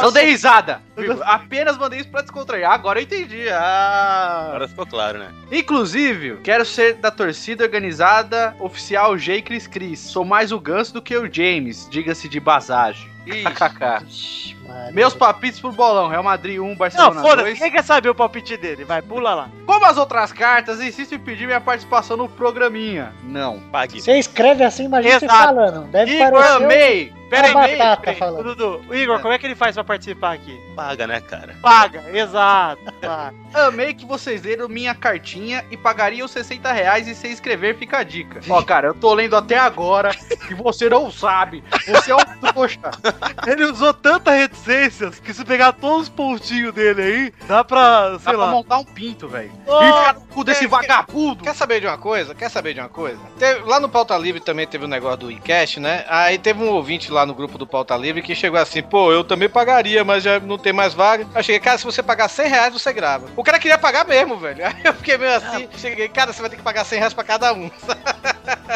Speaker 2: não dei risada. vírgula. Apenas mandei isso pra descontrair. Ah, agora eu entendi. Ah.
Speaker 12: Agora ficou claro, né?
Speaker 2: Inclusive, quero ser da torcida organizada oficial J. Cris Cris. Sou mais o Ganso do que o James, diga-se de basagem. KKK. Meus papitos pro bolão, Real Madrid 1,
Speaker 6: Não,
Speaker 2: Barcelona
Speaker 6: foda-se.
Speaker 2: 2.
Speaker 6: Quem quer saber o palpite dele? Vai, pula lá.
Speaker 2: Como as outras cartas, insisto em pedir minha participação no programinha. Não.
Speaker 12: Pague.
Speaker 3: Você escreve assim, imagina você
Speaker 6: Exato.
Speaker 3: falando. Deve
Speaker 2: E
Speaker 3: parecer. um
Speaker 2: amei
Speaker 6: Pera aí,
Speaker 3: Uma
Speaker 6: peraí,
Speaker 3: batata
Speaker 6: peraí,
Speaker 3: falando.
Speaker 6: Dudu. O Igor, como é que ele faz pra participar aqui?
Speaker 12: Paga, né, cara?
Speaker 6: Paga, exato. paga.
Speaker 2: Amei que vocês leram minha cartinha e pagariam 60 reais e sem escrever fica a dica. Ó, cara, eu tô lendo até agora e você não sabe. Você é um trouxa.
Speaker 6: Ele usou tanta reticência que se pegar todos os pontinhos dele aí, dá pra, sei
Speaker 2: Dá
Speaker 6: lá.
Speaker 2: pra montar um pinto, velho.
Speaker 6: Oh,
Speaker 2: no cu desse vagabundo.
Speaker 5: Quer saber de uma coisa? Quer saber de uma coisa? Teve- lá no Pauta Livre também teve um negócio do encash, né? Aí teve um ouvinte lá no grupo do Pauta Livre que chegou assim, pô, eu também pagaria, mas já não tem mais vaga. Aí eu cheguei, cara, se você pagar 100 reais, você grava. O cara queria pagar mesmo, velho. Aí eu fiquei meio assim,
Speaker 6: Ah.
Speaker 5: cheguei, cara, você vai ter que pagar 100 reais pra cada um.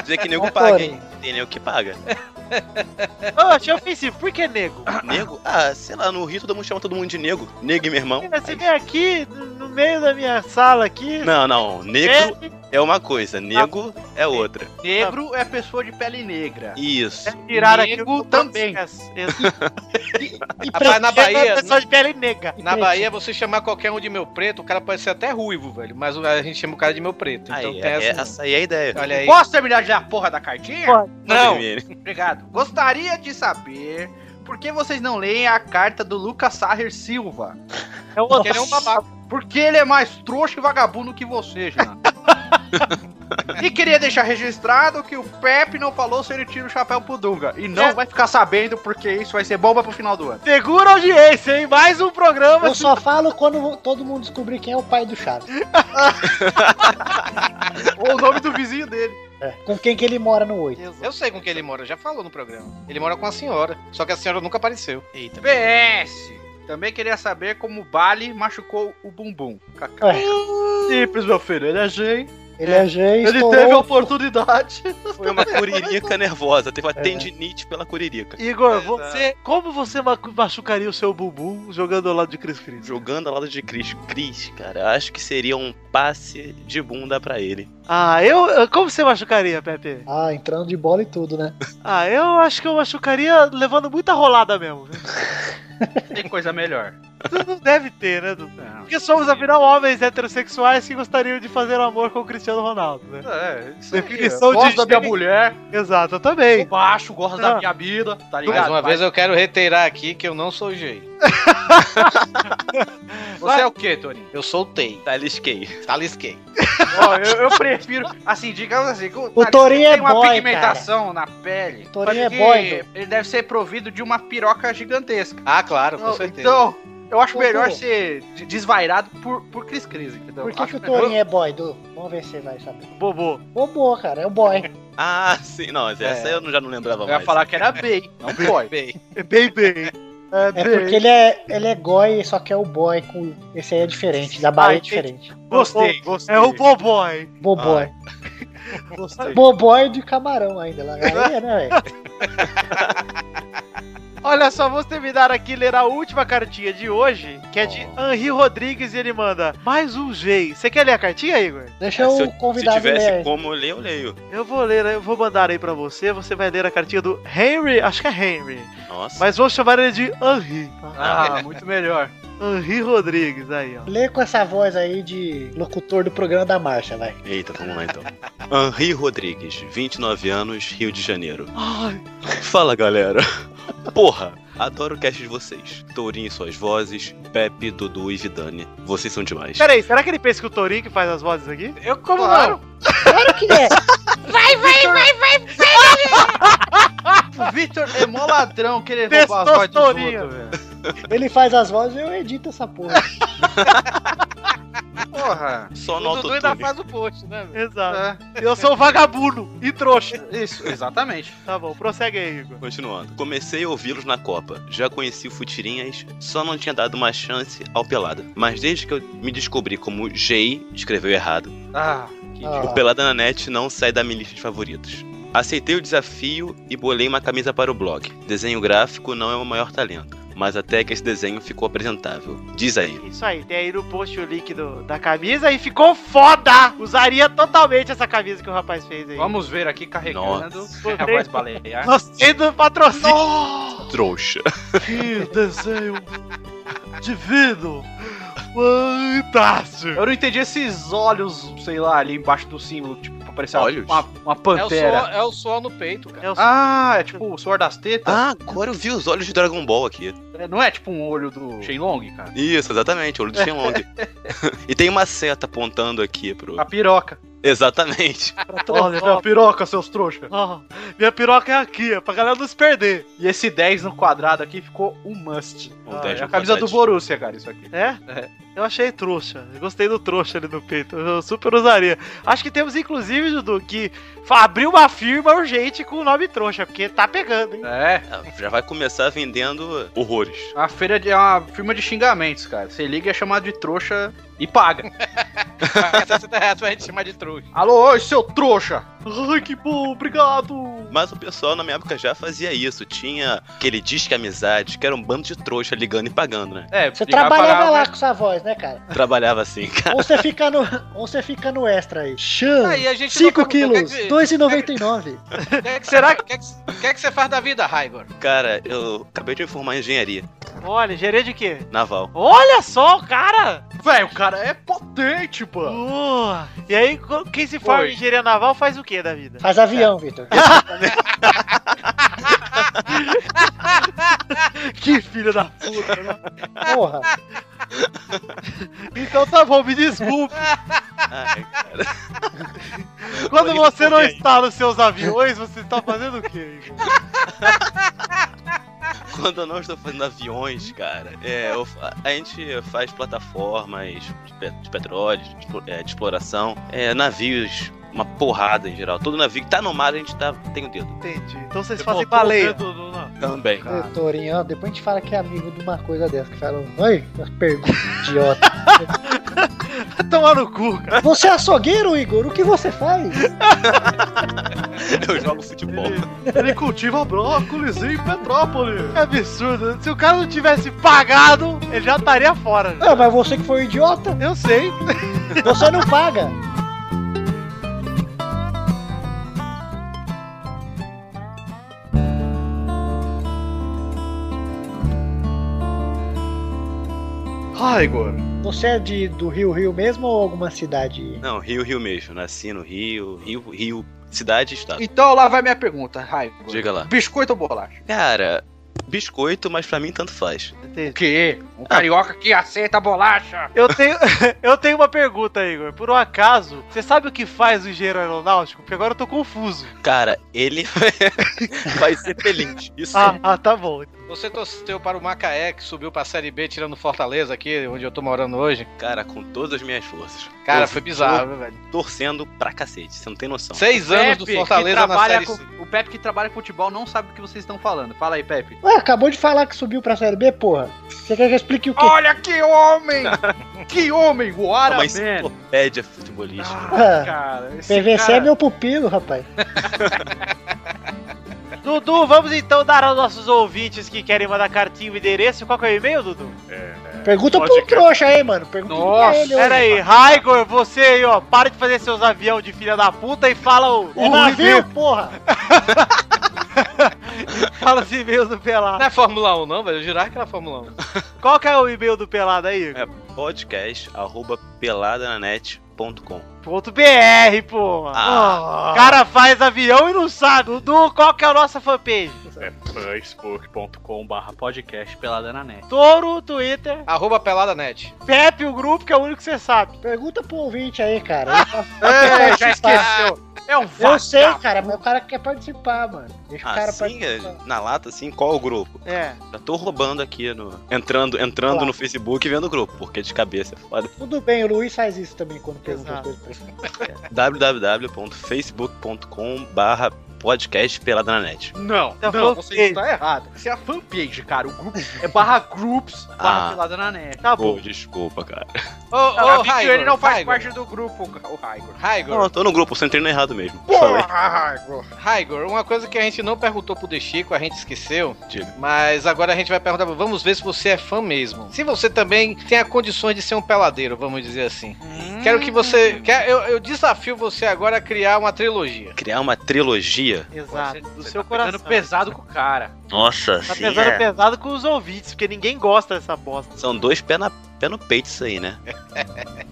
Speaker 12: Dizer que nego
Speaker 5: Ô,
Speaker 12: paga,
Speaker 5: Tony.
Speaker 12: hein? Tem nego que paga.
Speaker 6: Eu achei ofensivo. Por que nego?
Speaker 12: Nego? Ah, sei lá, no Rio todo mundo chama todo mundo de nego. Nego e meu irmão.
Speaker 6: Você vem aqui, no meio da minha sala aqui.
Speaker 12: Não, não. Negro é uma coisa, nego é outra.
Speaker 2: Tá. Negro é pessoa de pele negra. É?
Speaker 12: Isso.
Speaker 6: Tiraram aqui
Speaker 2: Nego
Speaker 6: o
Speaker 2: também.
Speaker 5: Rapaz, na Bahia.
Speaker 6: Pessoa de pele negra.
Speaker 5: Na Bahia, você chamar qualquer um de meu preto, o cara pode ser até ruivo, velho. Mas a gente chama o cara de meu preto. Então tem
Speaker 12: Aí, é-
Speaker 2: né?
Speaker 6: assim.
Speaker 5: essa.
Speaker 12: essa aí é a ideia.
Speaker 5: Olha aí.
Speaker 2: Posso terminar já a porra da cartinha?
Speaker 5: Não.
Speaker 2: Obrigado. Gostaria de saber por que vocês não leem a carta do Lucas Sarrer Silva.
Speaker 6: É
Speaker 2: Porque ele é um babaca. Porque ele é mais trouxa e vagabundo que você, Jean. e queria deixar registrado que o Pepe não falou se ele tira o chapéu pro Dunga. E não vai ficar sabendo porque isso vai ser bomba pro final do ano.
Speaker 6: Segura a audiência, hein? Mais um
Speaker 2: Então
Speaker 6: programa.
Speaker 3: Eu só falo quando todo mundo descobrir quem é o pai do Chaves.
Speaker 2: Ou o nome do vizinho dele.
Speaker 3: É, Com quem que ele mora no 8.
Speaker 5: Eu sei com quem ele mora, já falou no programa. Ele mora com a senhora, só que a senhora nunca apareceu.
Speaker 12: Eita.
Speaker 2: PS. Também queria saber como o Bali machucou o bumbum. Cacá.
Speaker 13: Simples, meu filho. Ele é gay.
Speaker 3: Ele é gente.
Speaker 13: Ele teve a oportunidade.
Speaker 12: Foi uma curirica nervosa. Teve uma
Speaker 2: É.
Speaker 12: tendinite pela curirica.
Speaker 6: Igor, você, como você ma- machucaria o seu bumbum jogando ao lado de Chris Cris?
Speaker 12: Jogando ao lado de Chris. Chris, cara, acho que seria um passe de bunda pra ele.
Speaker 6: Ah, eu. eu- Como você machucaria, Pepe?
Speaker 3: Ah, entrando de bola e tudo, né?
Speaker 6: Ah, eu acho que eu machucaria levando muita rolada mesmo. viu?
Speaker 2: Tem coisa melhor.
Speaker 6: Isso não deve ter, né, Dudu? Porque somos, afinal, homens heterossexuais que gostariam de fazer amor com o Cristiano Ronaldo, né?
Speaker 2: É, isso
Speaker 6: Definição
Speaker 2: aí, eu gosto
Speaker 6: de
Speaker 2: da minha
Speaker 6: gênero.
Speaker 2: mulher,
Speaker 6: Exato, eu também.
Speaker 2: baixo, gosto
Speaker 6: Ah.
Speaker 2: da minha vida, tá ligado?
Speaker 5: Mais uma
Speaker 2: Vai.
Speaker 5: vez eu quero reiterar aqui que eu não sou gay. Você é o quê, Tony? Eu sou o Tei.
Speaker 12: Talisquei.
Speaker 5: Talisquei.
Speaker 2: Ó, eu, eu prefiro, assim, digamos assim, que
Speaker 3: O Torinho é
Speaker 2: tem uma
Speaker 3: boy,
Speaker 2: pigmentação na pele.
Speaker 3: O Torinho
Speaker 2: pode
Speaker 3: é
Speaker 2: que
Speaker 3: boy, Edu.
Speaker 2: Ele deve ser provido de uma piroca gigantesca.
Speaker 5: Ah, claro, com
Speaker 2: Então,
Speaker 5: certeza.
Speaker 2: Então, eu acho
Speaker 3: Ô,
Speaker 2: melhor
Speaker 3: Edu.
Speaker 2: ser de- desvairado por, por Cris Cris, entendeu?
Speaker 3: Por que, que
Speaker 2: Acho
Speaker 3: o
Speaker 2: melhor.
Speaker 3: Torinho é boy, Du? Vamos ver se você vai saber.
Speaker 6: Bobô.
Speaker 3: Bobô, cara, é o boy.
Speaker 12: Ah, sim. Não, mas essa
Speaker 5: É.
Speaker 12: eu já não lembrava
Speaker 2: Eu
Speaker 12: mais.
Speaker 2: ia falar que era bem, não boy.
Speaker 5: Bem,
Speaker 6: É bem, bem. É
Speaker 3: É
Speaker 6: bem.
Speaker 3: porque ele é, ele é goi, só que é o boy com. Esse aí é diferente, da Bahia é diferente.
Speaker 2: Gostei, gostei.
Speaker 6: É o Boboy.
Speaker 3: Boboy.
Speaker 2: Gostei.
Speaker 3: Boboy de camarão ainda lá. Aí é, né, velho?
Speaker 6: Olha só, vamos terminar aqui ler a última cartinha de hoje, que é de Henri Rodrigues e ele manda mais um G. Você quer ler a cartinha, Igor?
Speaker 3: Deixa
Speaker 12: Ah, se,
Speaker 3: Então o
Speaker 12: eu, se
Speaker 3: convidado é
Speaker 12: tivesse
Speaker 3: ler.
Speaker 12: como eu ler, eu leio.
Speaker 6: Eu vou ler, eu vou mandar aí pra você. Você vai ler a cartinha do Henry, acho que é Henry,
Speaker 12: Nossa.
Speaker 6: mas vou chamar ele de Henri. tá?
Speaker 2: Ah, muito melhor.
Speaker 6: Henri Rodrigues, aí, ó.
Speaker 3: Lê com essa voz aí de locutor do programa da marcha, vai.
Speaker 12: Eita, vamos lá então. Henri Rodrigues, 29 anos, Rio de Janeiro.
Speaker 6: Ai,
Speaker 12: Fala galera. Porra, adoro o cast de vocês. Tourinho e suas vozes, Pepe, Dudu e Vidani. Vocês são demais.
Speaker 6: peraí, será que ele pensa que o Torinho que faz as vozes aqui?
Speaker 5: eu como não?
Speaker 3: Claro que é.
Speaker 9: Vai, vai, vai, vai.
Speaker 2: O Victor é mó ladrão querer roubar as vozes dos
Speaker 6: Testosteria.
Speaker 2: outros, velho.
Speaker 3: Ele faz as vozes e eu edito essa porra.
Speaker 2: Porra.
Speaker 12: Só no
Speaker 5: O Dudu ainda
Speaker 12: autotune.
Speaker 5: faz o post, né? velho?
Speaker 6: Exato.
Speaker 2: É,
Speaker 6: Eu sou um vagabundo e trouxa.
Speaker 2: isso, exatamente.
Speaker 6: Tá bom, prossegue aí, Igor.
Speaker 12: Continuando. Comecei a ouvi-los na Copa. Já conheci o Futirinhas, só não tinha dado uma chance ao Pelada. Mas desde que eu me descobri como Jay, escreveu errado,
Speaker 2: Ah,
Speaker 12: o
Speaker 3: Ah,
Speaker 12: Pelada na Net não sai da minha lista de favoritos. Aceitei o desafio e bolei uma camisa para o blog. Desenho gráfico não é o meu maior talento, mas até que esse desenho ficou apresentável. Diz aí.
Speaker 6: Isso aí, tem aí no post o link do- da camisa e ficou foda! Usaria totalmente essa camisa que o rapaz fez aí.
Speaker 2: vamos ver aqui carregando
Speaker 12: Nossa.
Speaker 2: a voz baleia.
Speaker 6: Nós tendo patrocínio.
Speaker 12: Trouxa.
Speaker 6: Que desenho divino! Fantástico!
Speaker 2: Eu não entendi esses olhos, sei lá, ali embaixo do símbolo, tipo,
Speaker 10: tipo, parecia uma, uma, uma pantera.
Speaker 5: É o, suor, é o suor no peito, cara. É o suor.
Speaker 10: Ah, é tipo o suor das tetas.
Speaker 12: Ah, agora eu vi os olhos de Dragon Ball aqui.
Speaker 10: É, Não é tipo um olho do Shenlong, cara?
Speaker 12: Isso, exatamente, o olho do Shenlong. e tem uma seta apontando aqui pro.
Speaker 10: A piroca.
Speaker 12: Exatamente.
Speaker 10: Olha minha piroca, seus trouxas.
Speaker 6: minha piroca é aqui, é pra galera não se perder.
Speaker 10: E esse 10 no quadrado aqui ficou um must.
Speaker 12: Um
Speaker 10: Ah,
Speaker 12: 10
Speaker 10: é a
Speaker 12: no
Speaker 10: camisa do
Speaker 12: quadrado.
Speaker 10: Borussia, cara, isso aqui.
Speaker 6: É? Eu achei trouxa. Eu Gostei do trouxa ali no peito. Eu super usaria. Acho que temos, inclusive, Dudu, que fa- abrir uma firma urgente com o nome trouxa, porque tá pegando, hein?
Speaker 10: É.
Speaker 12: Já vai começar vendendo horrores.
Speaker 10: A feira de- é uma firma de xingamentos, cara. Você liga e é chamado de trouxa e paga.
Speaker 5: Reto tá a gente chamar de trouxa.
Speaker 10: Alô, oi, seu trouxa!
Speaker 6: Ai, que bom, obrigado!
Speaker 12: Mas o pessoal na minha época já fazia isso. Tinha aquele disque amizade, que era um bando de trouxa ligando e pagando, né?
Speaker 10: É,
Speaker 3: Você trabalhava lá com essa voz, né, cara?
Speaker 12: Trabalhava assim, cara.
Speaker 3: Ou você fica no, ou você fica no extra aí. Chan,
Speaker 5: Aí a gente
Speaker 3: 5
Speaker 5: não tá com-
Speaker 3: quilos,
Speaker 5: quer que-
Speaker 3: 2,99.
Speaker 5: Será que. O que, que, que você faz da vida, Raigor?
Speaker 12: Cara, eu acabei de me formar em engenharia
Speaker 6: Olha, gerente de quê?
Speaker 12: naval.
Speaker 6: Olha só o cara!
Speaker 10: Velho, o cara é potente, mano.
Speaker 6: Uh, e aí, co- quem se forma
Speaker 10: Foi.
Speaker 6: em engenharia naval faz o quê da vida?
Speaker 3: Faz avião, Vitor.
Speaker 6: que filho da puta, né?
Speaker 3: Porra.
Speaker 6: Então tá bom, me desculpe. Quando
Speaker 12: Olha,
Speaker 6: você não
Speaker 12: olha aí.
Speaker 6: está nos seus aviões, você está fazendo o quê? Igor?
Speaker 12: Quando eu não estou fazendo aviões, cara, é, eu fa- a gente faz plataformas de, pe- de petróleo, de, explo- é, de exploração, é, navios, uma porrada em geral. Todo navio que tá no mar, a gente tá, tem o dedo.
Speaker 6: Entendi. Então vocês
Speaker 12: Você
Speaker 6: fazem
Speaker 12: botou o
Speaker 6: baleia.
Speaker 12: dedo Também.
Speaker 3: Vitorinho, ó, depois a gente fala que é amigo de uma coisa dessa, que fala, ai, umas perguntas idiota.
Speaker 6: Tomar no cu, cara.
Speaker 3: Você é açougueiro, Igor? O que você faz?
Speaker 12: Eu jogo futebol.
Speaker 6: Ele cultiva brócolis em Petrópolis. É absurdo. Se o cara não tivesse pagado, ele já estaria fora. né?
Speaker 3: Ah, mas você que foi o idiota,
Speaker 6: Eu sei.
Speaker 3: você não paga.
Speaker 10: Raigor.
Speaker 3: Você é de, do Rio Rio mesmo ou alguma cidade?
Speaker 12: Não, Rio, Rio mesmo. Nasci no Rio, Rio, Rio, cidade e estado.
Speaker 10: Então lá vai minha pergunta, Raigor.
Speaker 12: Diga lá.
Speaker 10: Biscoito ou bolacha?
Speaker 12: Cara, biscoito, mas pra mim tanto faz.
Speaker 10: O quê? Um carioca que aceita bolacha.
Speaker 6: Eu tenho, eu tenho uma pergunta, Igor. Por um acaso, você sabe o que faz o engenheiro aeronáutico? Porque agora eu tô confuso.
Speaker 12: Cara, ele vai ser feliz. Isso
Speaker 6: Ah, ah, tá bom.
Speaker 5: Você torceu para o Macaé, que subiu para a Série B tirando Fortaleza aqui, onde eu tô morando hoje.
Speaker 12: Cara, com todas as minhas forças.
Speaker 5: Cara,
Speaker 12: Eu
Speaker 5: foi
Speaker 12: tô
Speaker 5: bizarro, viu, velho.
Speaker 12: Torcendo pra cacete, você não tem noção.
Speaker 5: Seis anos do Fortaleza na
Speaker 10: trabalha
Speaker 5: Série
Speaker 10: com-
Speaker 5: C.
Speaker 10: O Pepe que trabalha com futebol não sabe o que vocês estão falando. Fala aí, Pepe.
Speaker 3: Ué, acabou de falar que subiu pra Série B, porra. Você quer que eu explique o quê?
Speaker 10: Olha que homem! que homem! O
Speaker 12: É uma
Speaker 10: Araman!
Speaker 12: enciclopédia futebolística.
Speaker 3: Ah,
Speaker 10: Cara, esse
Speaker 3: PVC é
Speaker 10: cara-
Speaker 3: meu pupilo, rapaz.
Speaker 6: Dudu, vamos então dar aos nossos ouvintes que querem mandar cartinha o endereço. Qual que é o e-mail, Dudu?
Speaker 3: Pergunta pro trouxa aí, mano. Pergunta
Speaker 10: Nossa,
Speaker 3: pra ele.
Speaker 6: Pera aí, Raigor, você aí, ó, para de fazer seus avião de filha da puta e fala o,
Speaker 3: É
Speaker 6: o e-mail.
Speaker 3: navio, porra.
Speaker 6: Fala os e-mails do Pelado.
Speaker 5: Não é Fórmula 1, não, velho. Eu jurava que era Fórmula 1.
Speaker 6: Qual que é o e-mail do Pelado aí? Igor?
Speaker 12: É podcast arroba peladananet.com.
Speaker 6: Ponto .br, pô.
Speaker 12: Ah.
Speaker 6: O cara faz avião e não sabe. Dudu, qual que é a nossa fanpage?
Speaker 8: É facebook.com.br
Speaker 10: Podcast pelada na net.
Speaker 6: Touro, Twitter,
Speaker 5: Arroba Peladanet.
Speaker 6: Pepe, o grupo, que é o único que você sabe.
Speaker 3: Pergunta pro ouvinte aí, cara. Ele tá-
Speaker 10: É,
Speaker 3: quer
Speaker 10: já
Speaker 3: participar.
Speaker 10: esqueceu. É um
Speaker 3: Eu sei, cara, mas o cara quer participar, mano. Deixa o cara
Speaker 12: Assim, é,
Speaker 3: participar.
Speaker 12: na lata, assim, qual o grupo?
Speaker 6: É.
Speaker 12: Já tô roubando aqui no. Entrando, entrando no Facebook e vendo o grupo, porque de cabeça é foda.
Speaker 3: Tudo bem, o Luiz faz isso também quando pergunta as
Speaker 6: Exato.
Speaker 3: coisas pra ele.
Speaker 12: www.facebook.com barra podcast peladananet.
Speaker 10: Não,
Speaker 6: É a
Speaker 10: não,
Speaker 6: fanpage.
Speaker 10: você está errado. Isso é a fanpage, cara. O grupo é barra groups, barra
Speaker 12: Ah.
Speaker 10: pelada na net.
Speaker 6: Tá
Speaker 12: Pô,
Speaker 6: bom.
Speaker 12: desculpa, cara.
Speaker 5: Ô,
Speaker 10: Cara,
Speaker 5: ô,
Speaker 10: a Vicky, ele
Speaker 5: Raigor.
Speaker 10: não faz
Speaker 5: Raigor.
Speaker 10: parte do grupo, o Raigor.
Speaker 12: Não, eu
Speaker 5: Raigor.
Speaker 12: tô no grupo, só entrei no errado mesmo.
Speaker 10: Porra,
Speaker 12: Sorry.
Speaker 10: Raigor.
Speaker 5: Raigor, uma coisa que a gente não perguntou pro De Chico, a gente esqueceu.
Speaker 12: Diga.
Speaker 5: Mas agora a gente vai perguntar, vamos ver se você é fã mesmo. Se você também tem a condições de ser um peladeiro, vamos dizer assim.
Speaker 6: Hum,
Speaker 5: Quero que você. quer- eu, eu desafio você agora a criar uma trilogia.
Speaker 12: Criar uma trilogia.
Speaker 6: Exato. Do
Speaker 10: Você
Speaker 6: seu
Speaker 10: tá
Speaker 6: coração.
Speaker 10: pegando pesado com o cara.
Speaker 12: Nossa é.
Speaker 6: Tá pesando pesado com os ouvintes, porque ninguém gosta dessa bosta.
Speaker 12: São dois pé, na, pé no peito isso aí, né?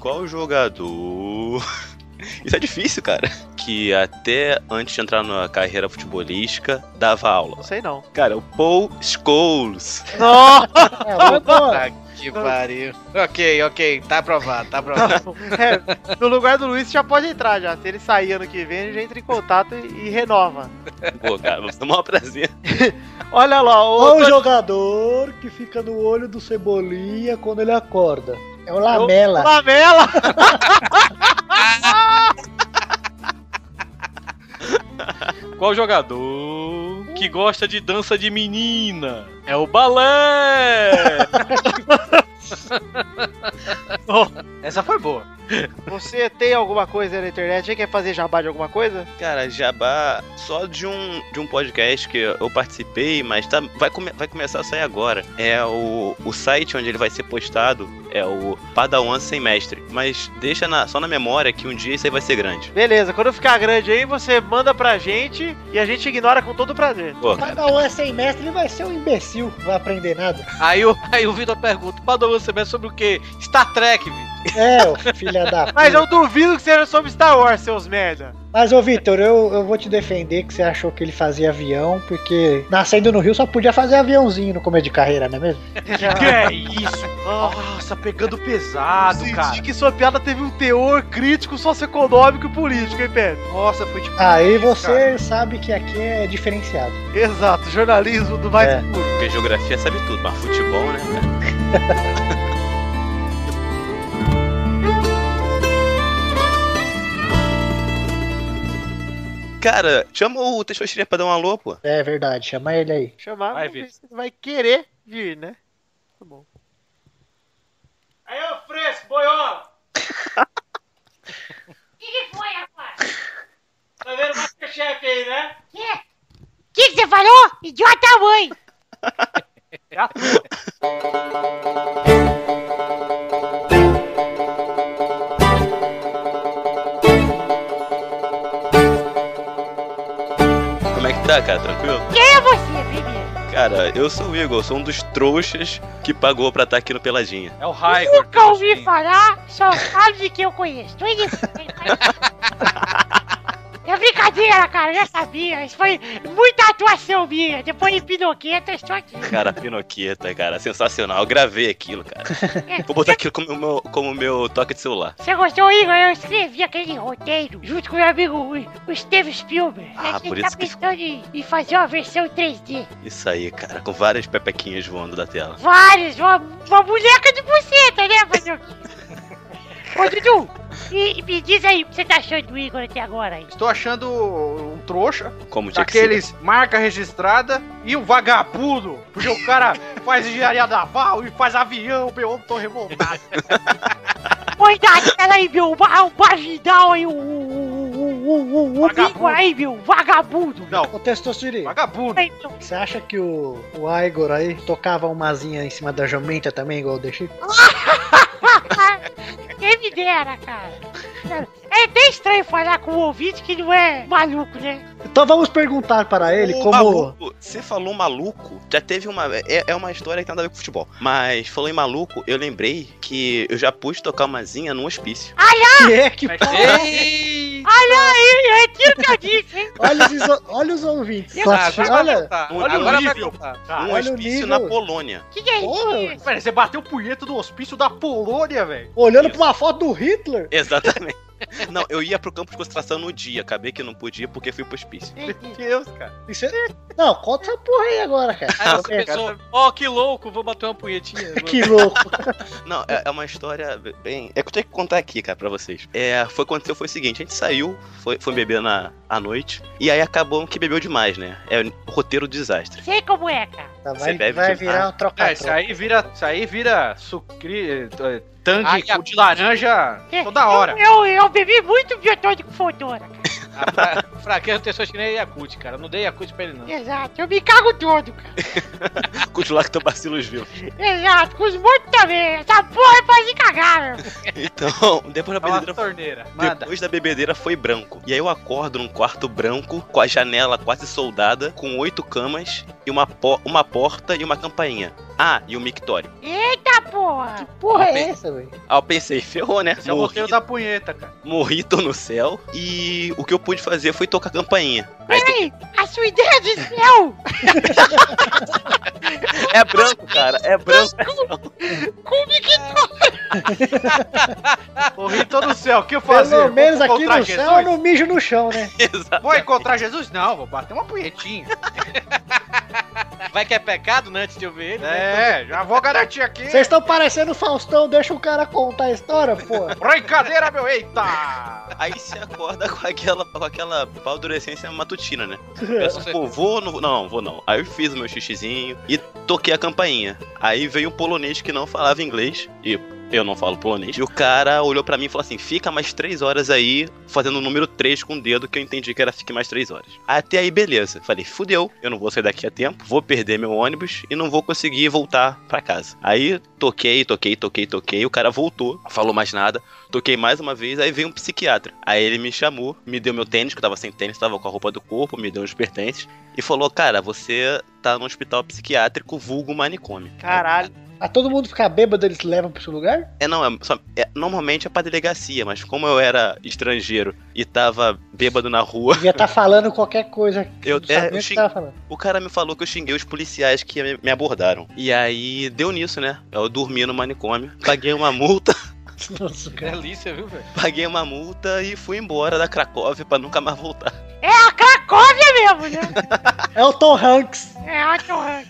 Speaker 12: Qual jogador Isso é difícil, cara. Que até antes de entrar na carreira futebolística, dava aula. Não
Speaker 6: sei não.
Speaker 12: Cara, o Paul Scholes.
Speaker 5: Nossa!
Speaker 3: É,
Speaker 10: Ah,
Speaker 5: Puta Tá que pariu. Ok, ok, tá aprovado, tá aprovado.
Speaker 6: É, no lugar do Luiz já pode entrar já. Se ele sair ano que vem, a gente entra em contato e, e renova.
Speaker 12: Pô, cara, vai ser o maior prazer.
Speaker 6: Olha lá, o
Speaker 3: Ou o jogador que fica no olho do Cebolinha quando ele acorda. É o Lamela.
Speaker 6: O Lamela!
Speaker 14: Qual jogador
Speaker 6: Uh.
Speaker 14: que gosta de dança de menina? É o balé!
Speaker 5: Essa foi boa.
Speaker 6: Você tem alguma coisa na internet? Você quer fazer jabá de alguma coisa?
Speaker 12: Cara, jabá só de um, de um podcast que eu participei, mas tá, vai, come- vai começar a sair agora. É o, o site onde ele vai ser postado é o Padawan Sem Mestre. Mas deixa na- só na memória que um dia isso aí vai ser grande.
Speaker 6: Beleza, quando ficar grande aí, você manda pra gente e a gente ignora com todo prazer.
Speaker 12: Pô, cara,
Speaker 3: Padawan é sem mestre, ele vai ser um imbecil, não vai aprender nada.
Speaker 5: Aí o, aí o Vitor pergunta: Padawan, você mestre sobre o quê? Star Trek, Vitor.
Speaker 3: É, ô, filha da
Speaker 6: Mas eu duvido que seja sobre Star Wars, seus merda.
Speaker 3: Mas, ô Vitor, eu, eu vou te defender que você achou que ele fazia avião, porque nascendo no Rio só podia fazer aviãozinho no começo de carreira, não é mesmo?
Speaker 14: que é isso? Nossa, pegando pesado, cara.
Speaker 6: Senti que sua piada teve um teor crítico, socioeconômico e político, hein, Pedro?
Speaker 5: Nossa, foi tipo.
Speaker 3: Aí você sabe que aqui é diferenciado.
Speaker 6: Exato, jornalismo do mais
Speaker 3: É.
Speaker 6: puro.
Speaker 12: porque geografia sabe tudo, mas futebol, né? cara? Cara, chama o Teixeirinha pra dar um alô, pô.
Speaker 3: É verdade, chama ele aí.
Speaker 6: Chamar,
Speaker 14: Vai,
Speaker 6: vai, vai querer vir, né? Tá bom.
Speaker 8: Aí eu fresco, boiola!
Speaker 9: O que, que foi agora?
Speaker 8: Tá vendo o Masterchef aí, né?
Speaker 9: Que? que que você falou? Idiota mãe!
Speaker 14: É
Speaker 12: Como é que tá, cara? Tranquilo?
Speaker 9: Quem é você, primeiro?
Speaker 12: Cara, eu sou o Igor, sou um dos trouxas que pagou pra estar aqui no Peladinha.
Speaker 14: É o Raigor.
Speaker 9: Nunca ouvi falar, só sabe de que eu conheço. Não é isso? É brincadeira, cara, eu já sabia. Isso foi muita atuação minha. Depois de Pinoqueta, eu estou aqui.
Speaker 12: Cara, Pinoqueta, cara, sensacional. Eu gravei aquilo, cara. Vou botar aquilo como meu, como meu toque de celular.
Speaker 9: Você gostou, Igor? Eu escrevi aquele roteiro junto com meu amigo o- o Steve Spielberg.
Speaker 12: Ah,
Speaker 9: a gente
Speaker 12: por
Speaker 9: tá
Speaker 12: isso que-
Speaker 9: pensando em, em fazer uma versão 3D.
Speaker 12: Isso aí, cara, com várias pepequinhas voando da tela.
Speaker 9: Vários, uma, uma boneca de buceta, né, fazer o quê? Ô, Dudu, e, e me diz aí o que você tá achando do Igor até agora aí.
Speaker 10: Estou achando um trouxa,
Speaker 12: Como tinha que
Speaker 10: daqueles marca registrada e um vagabundo, porque o cara faz engenharia naval e faz avião, meu homem, tô revoltado.
Speaker 9: Cuidado, peraí, meu, ba- o Bajidal aí, o, o, o, o, o
Speaker 10: Vagabundo.
Speaker 9: Igor aí, meu, vagabundo.
Speaker 10: Não,
Speaker 3: Ô, Testosterone,
Speaker 10: vagabundo.
Speaker 9: Aí, meu.
Speaker 3: você acha que o, o Igor aí tocava uma asinha em cima da jumenta também, igual o The Chico?
Speaker 9: Quem me dera, cara. É bem estranho falar com um ouvinte que não é maluco, né?
Speaker 3: Então vamos perguntar para ele
Speaker 12: Ô,
Speaker 3: como...
Speaker 12: Um maluco, você falou maluco, já teve uma. É, é uma história que tem nada a ver com futebol. Mas falou em maluco, eu lembrei que eu já pude tocar uma zinha num hospício.
Speaker 3: Que é que...
Speaker 5: Ei!
Speaker 9: Olha aí, é aquilo que eu disse, hein?
Speaker 3: Olha os, iso- olha os ouvintes.
Speaker 9: Eu-
Speaker 5: Ah,
Speaker 3: Classe-
Speaker 5: agora vai
Speaker 3: olha,
Speaker 5: contar.
Speaker 12: Olha o
Speaker 5: Agora vai
Speaker 12: nível.
Speaker 5: contar.
Speaker 12: Num
Speaker 3: Ah, olha o
Speaker 12: hospício
Speaker 3: nível.
Speaker 12: na Polônia.
Speaker 9: Que que é
Speaker 3: Porra.
Speaker 9: isso?
Speaker 10: Pera, você bateu punheta do hospício da Polônia, velho.
Speaker 3: olhando pra uma foto do Hitler.
Speaker 12: Exatamente. Não, eu ia pro campo de concentração no dia, acabei que não podia porque fui pro hospício.
Speaker 10: Meu Deus, cara.
Speaker 3: Isso é- Não, conta essa porra aí agora, cara.
Speaker 14: Aí você
Speaker 3: Qualquer-
Speaker 14: pensou,
Speaker 10: né?
Speaker 14: ó, que louco, vou bater uma punhetinha.
Speaker 3: Que louco.
Speaker 12: Não, é, é uma história bem. É que eu tenho que contar aqui, cara, pra vocês. É, foi aconteceu foi o seguinte: a gente saiu, foi, foi beber na, à noite, e aí acabou que bebeu demais, né? É o roteiro do desastre.
Speaker 9: Sei como é, cara.
Speaker 3: Tá,
Speaker 12: Você
Speaker 3: vai
Speaker 12: bebe
Speaker 3: vai
Speaker 12: demais.
Speaker 3: virar um
Speaker 10: É,
Speaker 3: troca
Speaker 10: isso aí vira, isso aí vira sucri, eh,
Speaker 5: Ai,
Speaker 3: Ah,
Speaker 10: tangue
Speaker 5: a-
Speaker 10: de laranja
Speaker 9: É,
Speaker 10: toda hora.
Speaker 9: Eu, eu, eu bebi muito biotônico fodora, cara.
Speaker 5: A fra- Fraqueza do Teixeira é Yakut, cara. Eu Não dei Yakut pra ele, não.
Speaker 9: Exato, eu me cago todo, cara.
Speaker 12: Curte lá que teu bacilos viu.
Speaker 9: Exato, com os mortos também. Essa porra é pra se cagar, meu.
Speaker 12: Então, depois da
Speaker 10: Olha lá
Speaker 12: bebedeira
Speaker 10: a torneira. Manda.
Speaker 12: Depois da bebedeira foi branco. E aí eu acordo num quarto branco, com a janela quase soldada, com oito camas, e uma, po- uma porta e uma campainha. Ah, e um mictório.
Speaker 9: Eita porra! Que
Speaker 3: porra
Speaker 12: é
Speaker 3: essa, velho?
Speaker 12: Aí eu pensei, ferrou, né?
Speaker 10: Esse é o roteiro da punheta, cara.
Speaker 12: Morri, tô no céu. E o que eu pude fazer foi tocar campainha. Aí to-
Speaker 9: Peraí, a sua ideia de céu
Speaker 12: É branco, cara. É branco.
Speaker 9: com
Speaker 10: Morri todo no céu, o que eu fazer?
Speaker 3: Pelo menos
Speaker 10: Vou
Speaker 3: aqui
Speaker 10: encontrar
Speaker 3: no
Speaker 10: Jesus?
Speaker 3: céu eu não mijo no chão, né?
Speaker 10: Vou encontrar Jesus? Não, vou bater uma punhetinha.
Speaker 14: Vai que é pecado, né? Antes de eu ver ele.
Speaker 10: É, já vou garantir aqui.
Speaker 3: Vocês estão parecendo o Faustão, deixa o cara contar a história, pô.
Speaker 10: Brincadeira, meu. Eita!
Speaker 12: Aí você acorda com aquela, com aquela baldurecência matutina, né? Pensa, pô, vou ou não vou? Não, vou não. Aí eu fiz o meu xixizinho e toquei a campainha. Aí veio um polonês que não falava inglês e eu não falo polonês. E o cara olhou pra mim e falou assim: fica mais três horas aí fazendo o número 3 com o dedo, que eu entendi que era fique mais três horas. Até aí, beleza. Falei: fudeu, eu não vou sair daqui a tempo, vou perder meu ônibus e não vou conseguir voltar pra casa. Aí toquei, toquei, toquei, toquei. O cara voltou, falou mais nada. Toquei mais uma vez, aí veio um psiquiatra. Aí ele me chamou, me deu meu tênis, que eu tava sem tênis, tava com a roupa do corpo, me deu os pertences, e falou: Cara, você tá no hospital psiquiátrico vulgo manicômio.
Speaker 3: Caralho. A todo mundo ficar bêbado, eles levam pro seu lugar?
Speaker 12: É, não, é, só- é- normalmente é pra delegacia, mas como eu era estrangeiro e tava bêbado na rua.
Speaker 3: Devia estar falando qualquer coisa.
Speaker 12: Eu,
Speaker 3: Não sabia
Speaker 12: é, eu
Speaker 3: o que
Speaker 12: xing-
Speaker 3: tava falando.
Speaker 12: O cara me falou que eu xinguei os policiais que me- me abordaram. E aí deu nisso, né? Eu dormi no manicômio, paguei uma multa.
Speaker 3: Nossa,
Speaker 14: Que delícia, viu, velho?
Speaker 12: Paguei uma multa e fui embora da Cracóvia pra nunca mais voltar.
Speaker 9: É a Cracóvia mesmo, né?
Speaker 3: É o Tom Hanks.
Speaker 9: É a Torre.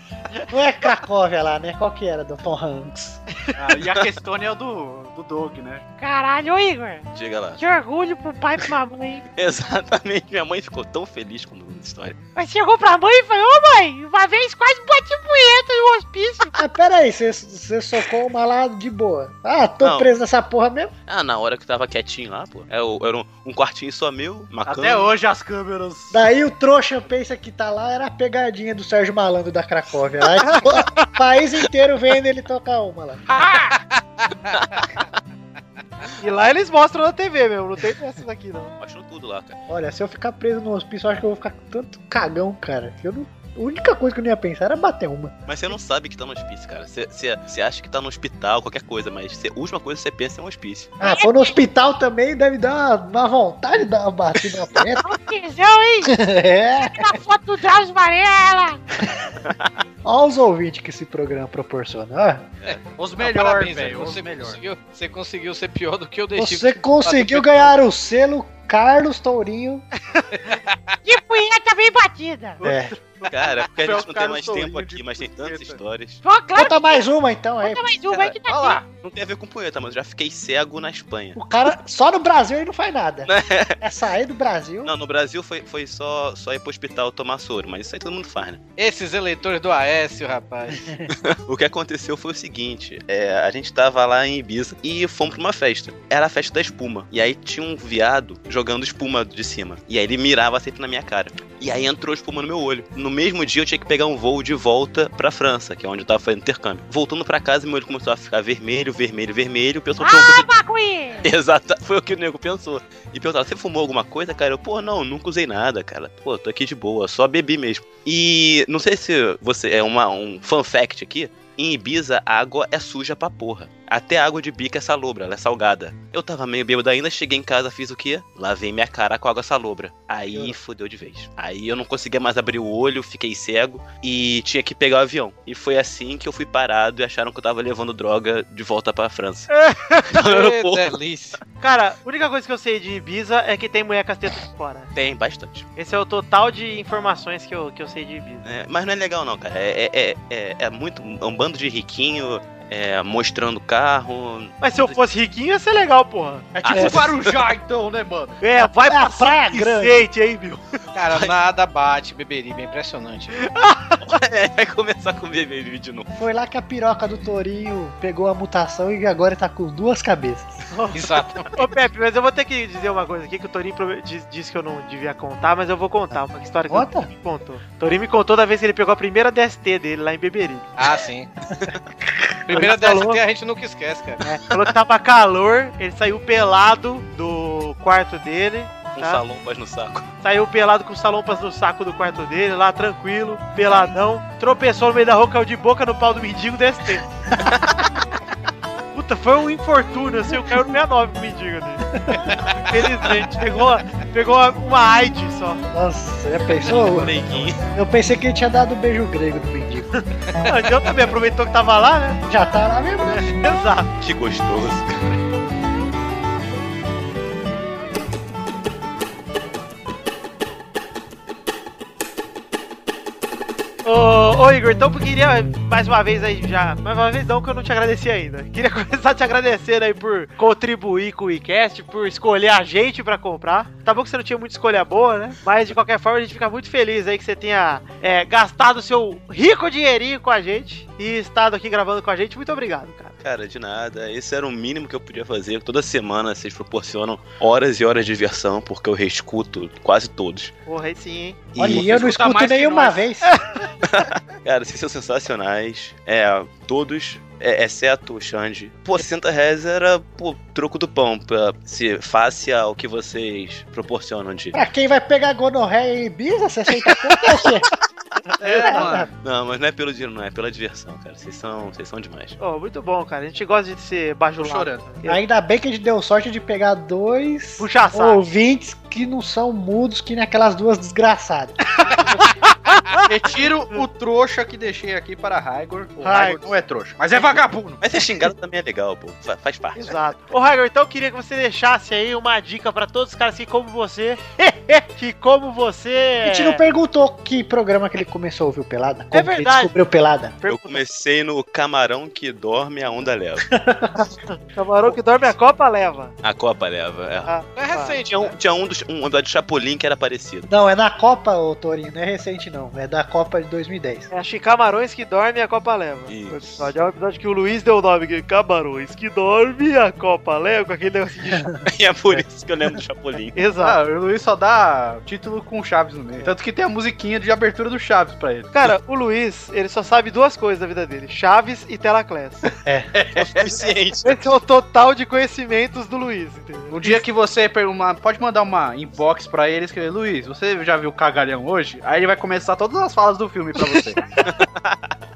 Speaker 3: Não é Cracóvia lá, né? Qual que era do Tom Hanks?
Speaker 10: Ah, e a questão é o do, do Doug, né?
Speaker 9: Caralho, ô, Igor.
Speaker 12: Diga lá.
Speaker 9: Que orgulho pro pai e pra mamãe.
Speaker 12: Exatamente, minha mãe ficou tão feliz com a história.
Speaker 9: Mas chegou pra mãe e falou, ô mãe, uma vez quase bati punheta no hospício.
Speaker 3: Ah, peraí, você- você socou uma lá de boa. Ah, tô
Speaker 12: Não.
Speaker 3: preso nessa porra mesmo?
Speaker 12: Ah, na hora que eu tava quietinho lá, pô. Era, era um, um quartinho só meu, uma
Speaker 10: Até hoje as câmeras.
Speaker 3: Daí o trouxa pensa que tá lá, era a pegadinha do Sérgio Malandro da Cracóvia. Lá, o país inteiro vendo ele tocar uma lá.
Speaker 6: E lá eles mostram na TV mesmo, não tem dessas aqui não.
Speaker 12: Mostrou tudo lá, cara.
Speaker 3: Olha, se eu ficar preso no hospício, eu acho que eu vou ficar com tanto cagão, cara. que Eu não... A única coisa que eu não ia pensar era bater uma.
Speaker 12: Mas você não sabe que tá no hospício, cara. Você- Você você acha que tá no hospital, qualquer coisa, mas você- a última coisa que você pensa é um hospício.
Speaker 3: Ah, for no hospital também, deve dar uma, uma vontade de dar uma batida na punheta.
Speaker 9: Tesão, hein?
Speaker 3: É.
Speaker 9: A foto do Drauzio Maré, ela.
Speaker 3: Olha os ouvintes que esse programa proporciona. ó.
Speaker 10: Os
Speaker 3: melhor,
Speaker 5: melhores,
Speaker 10: velho, os
Speaker 5: Você
Speaker 10: melhor.
Speaker 5: conseguiu, você conseguiu ser pior do que eu deixei.
Speaker 3: Você conseguiu ganhar o selo Carlos Tourinho.
Speaker 9: De punheta bem batida.
Speaker 3: É.
Speaker 12: Cara, porque a
Speaker 10: Foi
Speaker 12: gente
Speaker 10: o
Speaker 12: não tem
Speaker 10: cara
Speaker 12: mais
Speaker 10: sorrindo
Speaker 12: tempo aqui, mas tem tantas histórias.
Speaker 9: Pô, claro.
Speaker 3: Conta mais uma então aí.
Speaker 9: Conta mais uma aí que tá
Speaker 12: Olha
Speaker 9: aqui.
Speaker 12: lá, não tem a ver com punheta, mas eu já fiquei cego na Espanha.
Speaker 3: O cara só no Brasil ele não faz nada. É sair do Brasil.
Speaker 12: Não, no Brasil foi, foi só, só ir pro hospital tomar soro, mas isso aí todo mundo faz, né?
Speaker 5: Esses eleitores do Aécio, rapaz.
Speaker 12: o que aconteceu foi o seguinte: é, a gente tava lá em Ibiza e fomos pra uma festa. Era a festa da espuma. E aí tinha um viado jogando espuma de cima. E aí ele mirava sempre na minha cara. E aí entrou espuma no meu olho. No mesmo dia eu tinha que pegar um voo de volta pra França, que é onde eu tava fazendo intercâmbio. Voltando pra casa, meu olho começou a ficar vermelho, vermelho, vermelho. O pessoal um perguntou
Speaker 9: Ah, maconha.
Speaker 12: Exato, foi o que o nego pensou. E perguntaram, você fumou alguma coisa, cara? Eu, pô, não, nunca usei nada, cara. Pô, tô aqui de boa, só bebi mesmo. E não sei se você. É uma, um fun fact aqui. Em Ibiza, a água é suja pra porra. Até a água de bica é salobra, ela é salgada. Eu tava meio bêbado ainda, cheguei em casa, fiz o quê? Lavei minha cara com água salobra. Aí fudeu de vez. Aí eu não conseguia mais abrir o olho, fiquei cego e tinha que pegar o avião. E foi assim que eu fui parado e acharam que eu tava levando droga de volta pra França. No aeroporto.
Speaker 6: Cara, a única coisa que eu sei de Ibiza é que tem mulher com as tetas de fora.
Speaker 12: Tem, bastante.
Speaker 6: Esse é o total de informações que eu, que eu sei de Ibiza.
Speaker 12: É, mas não é legal não, cara. É, é- é, é, é muito. É um bando de riquinho é, mostrando carro.
Speaker 6: Mas se eu fosse riquinho ia ser legal, porra.
Speaker 10: É tipo o Guarujá, então, né, mano?
Speaker 6: É, vai pra
Speaker 3: Praia
Speaker 6: Grande, hein, meu?
Speaker 5: Cara, nada bate, beberibe, é impressionante.
Speaker 12: É, vai começar com beberibe de novo.
Speaker 3: Foi lá que a piroca do Tourinho pegou a mutação e agora tá com duas cabeças.
Speaker 5: Exato.
Speaker 6: Ô Pepe, mas eu vou ter que dizer uma coisa aqui que o Torinho prome- diz- disse que eu não devia contar, mas eu vou contar uma história que
Speaker 3: Conta.
Speaker 6: o Torinho me contou. O Torinho me contou da vez que ele pegou a primeira DST dele lá em Beberibe.
Speaker 5: Ah, sim. Primeira
Speaker 6: Ele falou-
Speaker 5: dessa que a gente nunca esquece, cara.
Speaker 6: É, falou que tava calor, ele saiu pelado do quarto dele.
Speaker 12: Com
Speaker 6: tá?
Speaker 12: salompas Um no saco.
Speaker 6: Saiu pelado com salompas no saco do quarto dele, lá tranquilo, peladão. Tropeçou no meio da rua, caiu de boca no pau do mendigo DST. Puta, foi um infortúnio, assim, eu caio no 69 com o mendigo dele. Infelizmente, pegou, uma- pegou uma, uma AIDS só.
Speaker 3: Nossa, já
Speaker 12: Um
Speaker 3: pensou? Eu pensei que ele tinha dado o beijo grego do mendigo.
Speaker 6: Mas eu também aproveitou que tava lá, né?
Speaker 3: Já tá lá mesmo,
Speaker 6: né? Exato.
Speaker 12: Que gostoso.
Speaker 6: Ô, ô, Igor, então eu queria mais uma vez aí já. Mais uma vez não, que eu não te agradeci ainda. Queria começar te agradecendo aí por contribuir com o WeCast, por escolher a gente pra comprar. Tá bom que você não tinha muita escolha boa, né? Mas de qualquer forma a gente fica muito feliz aí que você tenha é, gastado seu rico dinheirinho com a gente e estado aqui gravando com a gente. Muito obrigado, cara.
Speaker 12: Cara, de nada. Esse era o mínimo que eu podia fazer. Toda semana vocês proporcionam horas e horas de diversão, porque eu reescuto quase todos.
Speaker 6: Porra, aí sim, hein?
Speaker 3: Olha,
Speaker 12: E-
Speaker 3: e eu não
Speaker 12: Escutar
Speaker 3: escuto
Speaker 12: mais que
Speaker 3: nenhuma
Speaker 12: nós.
Speaker 3: vez.
Speaker 12: Cara, vocês são sensacionais. É, todos, é, exceto o Xande. Pô, 60 reais era pô, troco do pão, pra, se face ao que vocês proporcionam de.
Speaker 3: Pra quem vai pegar gonorreia e ibiza, 60 pontos é o quê?
Speaker 12: É,
Speaker 10: tá
Speaker 12: mano. Não, mas não é pelo dinheiro, não, é pela diversão, cara. Vocês são, vocês são demais.
Speaker 6: Ô, muito bom, cara. A gente gosta de ser bajulado.
Speaker 12: chorando.
Speaker 3: Ainda bem que a gente deu sorte de pegar dois
Speaker 6: Puxa saco.
Speaker 3: ouvintes que não são mudos, que nem aquelas duas desgraçadas.
Speaker 10: Retiro o trouxa que deixei aqui para Raigor. O
Speaker 6: Raigor.
Speaker 10: Raigor não é trouxa, mas é vagabundo.
Speaker 12: Mas ser xingado também é legal, pô. Fa- Faz parte.
Speaker 6: Exato. Ô, Raigor, então eu queria que você deixasse aí uma dica pra todos os caras que, como você, que, como você. é
Speaker 3: A gente não perguntou que programa que ele começou a ouvir o Pelada. Como que ele
Speaker 6: verdade.
Speaker 3: descobriu o Pelada.
Speaker 12: Eu comecei no camarão que dorme, a onda leva.
Speaker 6: Camarão que dorme a Copa leva.
Speaker 12: A Copa leva, é.
Speaker 6: Ah,
Speaker 5: é recente,
Speaker 12: Tinha um, tinha um, dos, um episódio de Chapolin que era parecido.
Speaker 3: Não, é na Copa, ô Torinho, não é recente não. É da Copa de 2010.
Speaker 6: É acho que Camarões que dorme e a Copa leva. O episódio é um episódio que o Luiz deu o nome que é Camarões que dorme e a Copa leva, com aquele negócio de...
Speaker 12: E é por isso que eu lembro do Chapolin.
Speaker 10: Ah,
Speaker 6: Exato.
Speaker 10: o Luiz só dá título com Chaves no meio. Tanto que tem a musiquinha de abertura do Chaves pra ele.
Speaker 6: Cara, o Luiz, ele só sabe duas coisas da vida dele: Chaves e Telaclés.
Speaker 10: é
Speaker 12: suficiente.
Speaker 6: Esse é o total de conhecimentos do Luiz, entendeu?
Speaker 10: No Um dia que você perguntar, pode mandar uma inbox pra ele e escrever, Luiz, você já viu Cagalhão hoje? Aí ele vai começar todas as falas do filme pra você.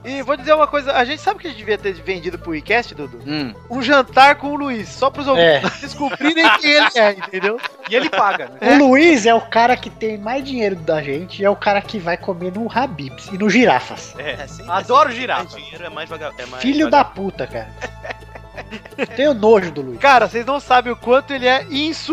Speaker 6: E vou dizer uma coisa, a gente sabe que a gente devia ter vendido pro WeCast, Dudu?
Speaker 10: Hum.
Speaker 6: Um jantar com o Luiz, só pros ouvintes descobrirem quem ele é, entendeu?
Speaker 10: E ele paga, né?
Speaker 3: O Luiz é o cara que tem mais dinheiro da gente e é o cara que vai comer no Habibs e no Girafas.
Speaker 12: É, assim,
Speaker 10: Adoro girar.
Speaker 12: dinheiro é mais vaga, é mais
Speaker 3: Filho da puta, cara. Tenho nojo do Luiz.
Speaker 6: É. Cara, vocês não sabem o quanto ele é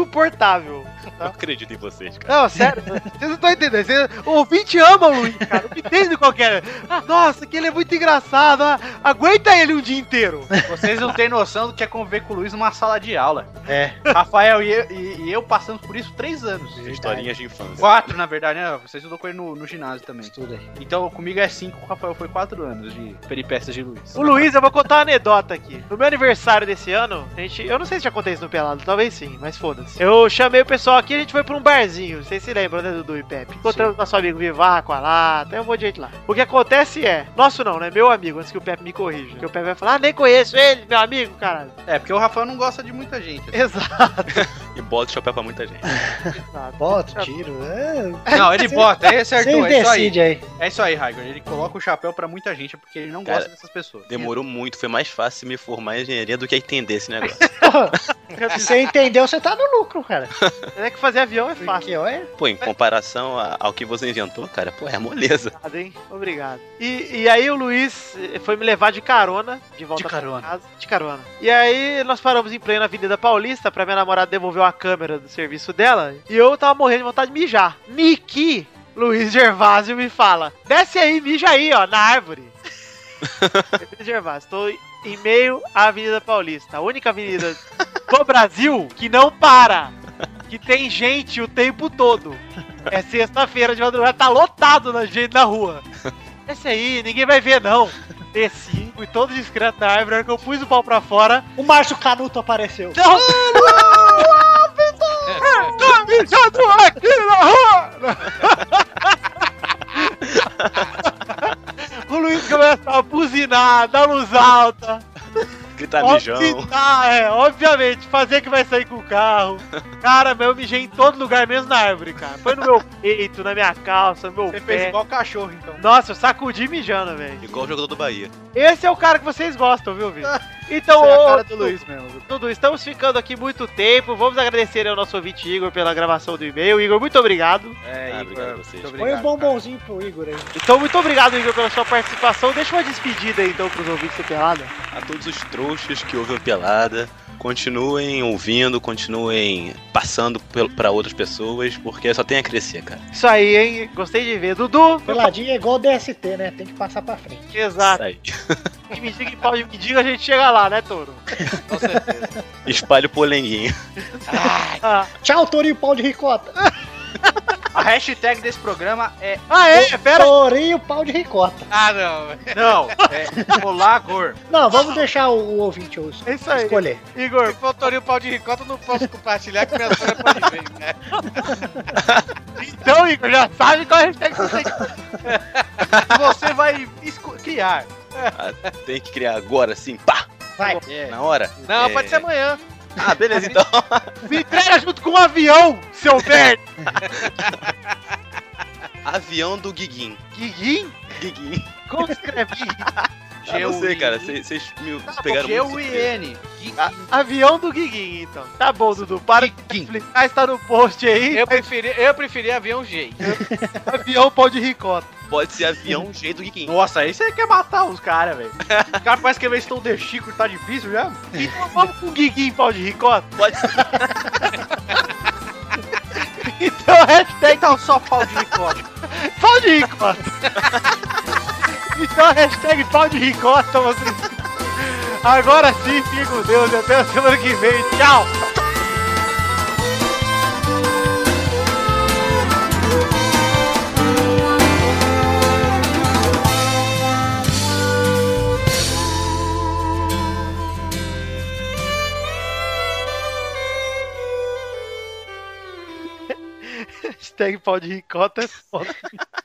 Speaker 6: insuportável.
Speaker 12: Eu
Speaker 5: Tá.
Speaker 12: acredito em vocês, cara.
Speaker 6: Não, sério, vocês não estão entendendo. Vocês, o ouvinte ama o Luiz, cara. Não entende qualquer. Ah, nossa, que ele é muito engraçado. ah, aguenta ele um dia inteiro.
Speaker 10: Vocês não têm noção do que é conviver com o Luiz numa sala de aula.
Speaker 3: É.
Speaker 10: Rafael e eu, e- e eu passamos por isso três anos.
Speaker 12: Historinhas de infância.
Speaker 10: Quatro, na verdade, né? Você estudou com ele no, no ginásio também.
Speaker 3: Estudei.
Speaker 10: Então comigo é cinco, com o Rafael foi quatro anos de peripécias de Luiz.
Speaker 6: O Luiz, eu vou contar uma anedota aqui. No meu aniversário desse ano, a gente. Eu não sei se já contei isso no Pelado, talvez sim, mas foda-se. Eu chamei o pessoal aqui e a gente foi pra um barzinho. Vocês se lembram, né, Dudu e Pepe? Encontramos nosso amigo Vivaco, a Lata, tem um monte de gente lá. O que acontece é. Nosso não, né? Meu amigo, antes que o Pepe me corrija. Que o Pepe vai falar, ah, nem conheço ele, meu amigo, caralho.
Speaker 10: É, porque o Rafael não gosta de muita gente. assim.
Speaker 6: Exato.
Speaker 12: E bota o chapéu pra muita gente.
Speaker 6: Ah, tá
Speaker 3: Bota, tiro. É...
Speaker 10: Não, ele bota, ele acertou,
Speaker 3: Vocês
Speaker 10: é isso aí.
Speaker 3: decide aí.
Speaker 10: É isso aí, Raigor. Ele coloca o chapéu pra muita gente porque ele não
Speaker 12: Cara,
Speaker 10: gosta dessas pessoas.
Speaker 12: Demorou muito, foi mais fácil me formar em engenharia do que entender esse negócio.
Speaker 3: Se você entendeu, você tá no lucro, cara.
Speaker 6: É que fazer avião é fácil.
Speaker 3: Porque, olha,
Speaker 12: Pô, em comparação a- ao que você inventou, cara, pô, é moleza.
Speaker 6: Obrigado, hein? Obrigado. E, e aí o Luiz eh, foi me levar de carona, de volta
Speaker 10: De carona.
Speaker 6: pra casa. De carona. E aí nós paramos em plena Avenida Paulista pra minha namorada devolver uma câmera do serviço dela. E eu tava morrendo de vontade de mijar. Niki, Luiz Gervásio me fala: desce aí, mija aí, ó, na árvore. Luiz Gervásio, tô em meio à Avenida Paulista, a única avenida do Brasil que não para. Que tem gente o tempo todo. É sexta-feira de madrugada, tá lotado na gente na rua. Esse aí, ninguém vai ver, não. Desci, fui todo discreto na árvore, na hora que eu pus o pau pra fora.
Speaker 3: o Márcio Canuto apareceu.
Speaker 10: Ah,
Speaker 6: Não! Tá mijando aqui na rua! o Luiz começa a buzinar, dar luz alta.
Speaker 12: Gritar
Speaker 6: Obvitar,
Speaker 12: Tá mijão.
Speaker 6: é, obviamente, fazer que vai sair com o carro. Cara, mas eu mijei em todo lugar, mesmo na árvore, cara. Foi no meu peito, na minha calça, no meu
Speaker 10: Você
Speaker 6: pé.
Speaker 10: fez igual cachorro, então.
Speaker 6: Nossa, eu sacudi mijando, velho.
Speaker 12: Igual o jogador do Bahia.
Speaker 6: Esse é o cara que vocês gostam, viu, Vitor? Então,
Speaker 5: Isso é a
Speaker 6: ô,
Speaker 5: cara do
Speaker 6: Dudu,
Speaker 5: Luiz mesmo.
Speaker 6: Dudu, estamos ficando aqui muito tempo. Vamos agradecer ao nosso ouvinte Igor pela gravação do e-mail. Igor, muito obrigado.
Speaker 5: É,
Speaker 12: Igor, Ah, obrigado a
Speaker 5: vocês.
Speaker 3: Põe um bombonzinho pro Igor aí.
Speaker 6: Então, muito obrigado, Igor, pela sua participação. Deixa uma despedida aí, então, pros ouvintes do Pelada.
Speaker 12: A todos os trouxas que ouvem o Pelada, continuem ouvindo, continuem passando pel- pra outras pessoas, porque só tem a crescer, cara.
Speaker 6: Isso aí, hein? Gostei de ver. Dudu,
Speaker 3: Peladinha é igual DST, né? Tem que passar pra frente.
Speaker 5: Ah.
Speaker 6: Exato.
Speaker 12: Isso aí.
Speaker 6: Que me diga, que pode me diga, a gente chega lá, né, Toro?
Speaker 12: Espalhe o polenguinho.
Speaker 6: Ah,
Speaker 3: Tchau, Torinho Pau de Ricota.
Speaker 10: A hashtag desse programa é.
Speaker 6: Ah, é? Pera
Speaker 3: Torinho Pau de Ricota.
Speaker 10: Ah, não.
Speaker 6: Não.
Speaker 10: É Colagor.
Speaker 3: Não, vamos deixar o, o ouvinte ou-
Speaker 6: É isso aí.
Speaker 3: escolher.
Speaker 6: Igor,
Speaker 5: Se for Torinho Pau de Ricota, eu não posso compartilhar
Speaker 10: é
Speaker 5: que minha sogra pode ver, né?
Speaker 6: então, Igor, já sabe qual hashtag você, você vai esco- criar.
Speaker 12: Ah, Tem que criar agora, assim, pá!
Speaker 3: Vai.
Speaker 12: Na hora?
Speaker 5: Não,
Speaker 12: É.
Speaker 5: pode ser amanhã.
Speaker 12: Ah, beleza, então.
Speaker 6: Me entrega junto com um avião, seu merda!
Speaker 12: Avião do Guiguinho.
Speaker 6: Guiguinho?
Speaker 12: Guiguinho.
Speaker 6: Como se escreve Guiguinho?
Speaker 12: Ah, não sei, cara. Vocês vocês me pegaram muito. de surpresa.
Speaker 10: G-U-I-N.
Speaker 6: Avião do Guiguinho, então. Tá bom, Dudu, para de explicar, está no post aí.
Speaker 5: Eu preferi, eu preferi
Speaker 10: um
Speaker 5: avião G.
Speaker 6: Avião pão de ricota.
Speaker 12: Pode ser avião G do Guiguinho.
Speaker 10: Nossa, aí você quer matar os caras, velho. Os caras parece que
Speaker 6: é
Speaker 10: eles estão de Chico, tá difícil já?
Speaker 6: Então vamos com o Guiguinho pau de ricota?
Speaker 12: Pode ser.
Speaker 6: Então, hashtag
Speaker 10: Então só pau de ricota.
Speaker 6: pau de ricota. então, hashtag pau de ricota, vocês. Agora sim, fique com Deus e até a semana que vem. Tchau! Hashtag pau de ricota é foda.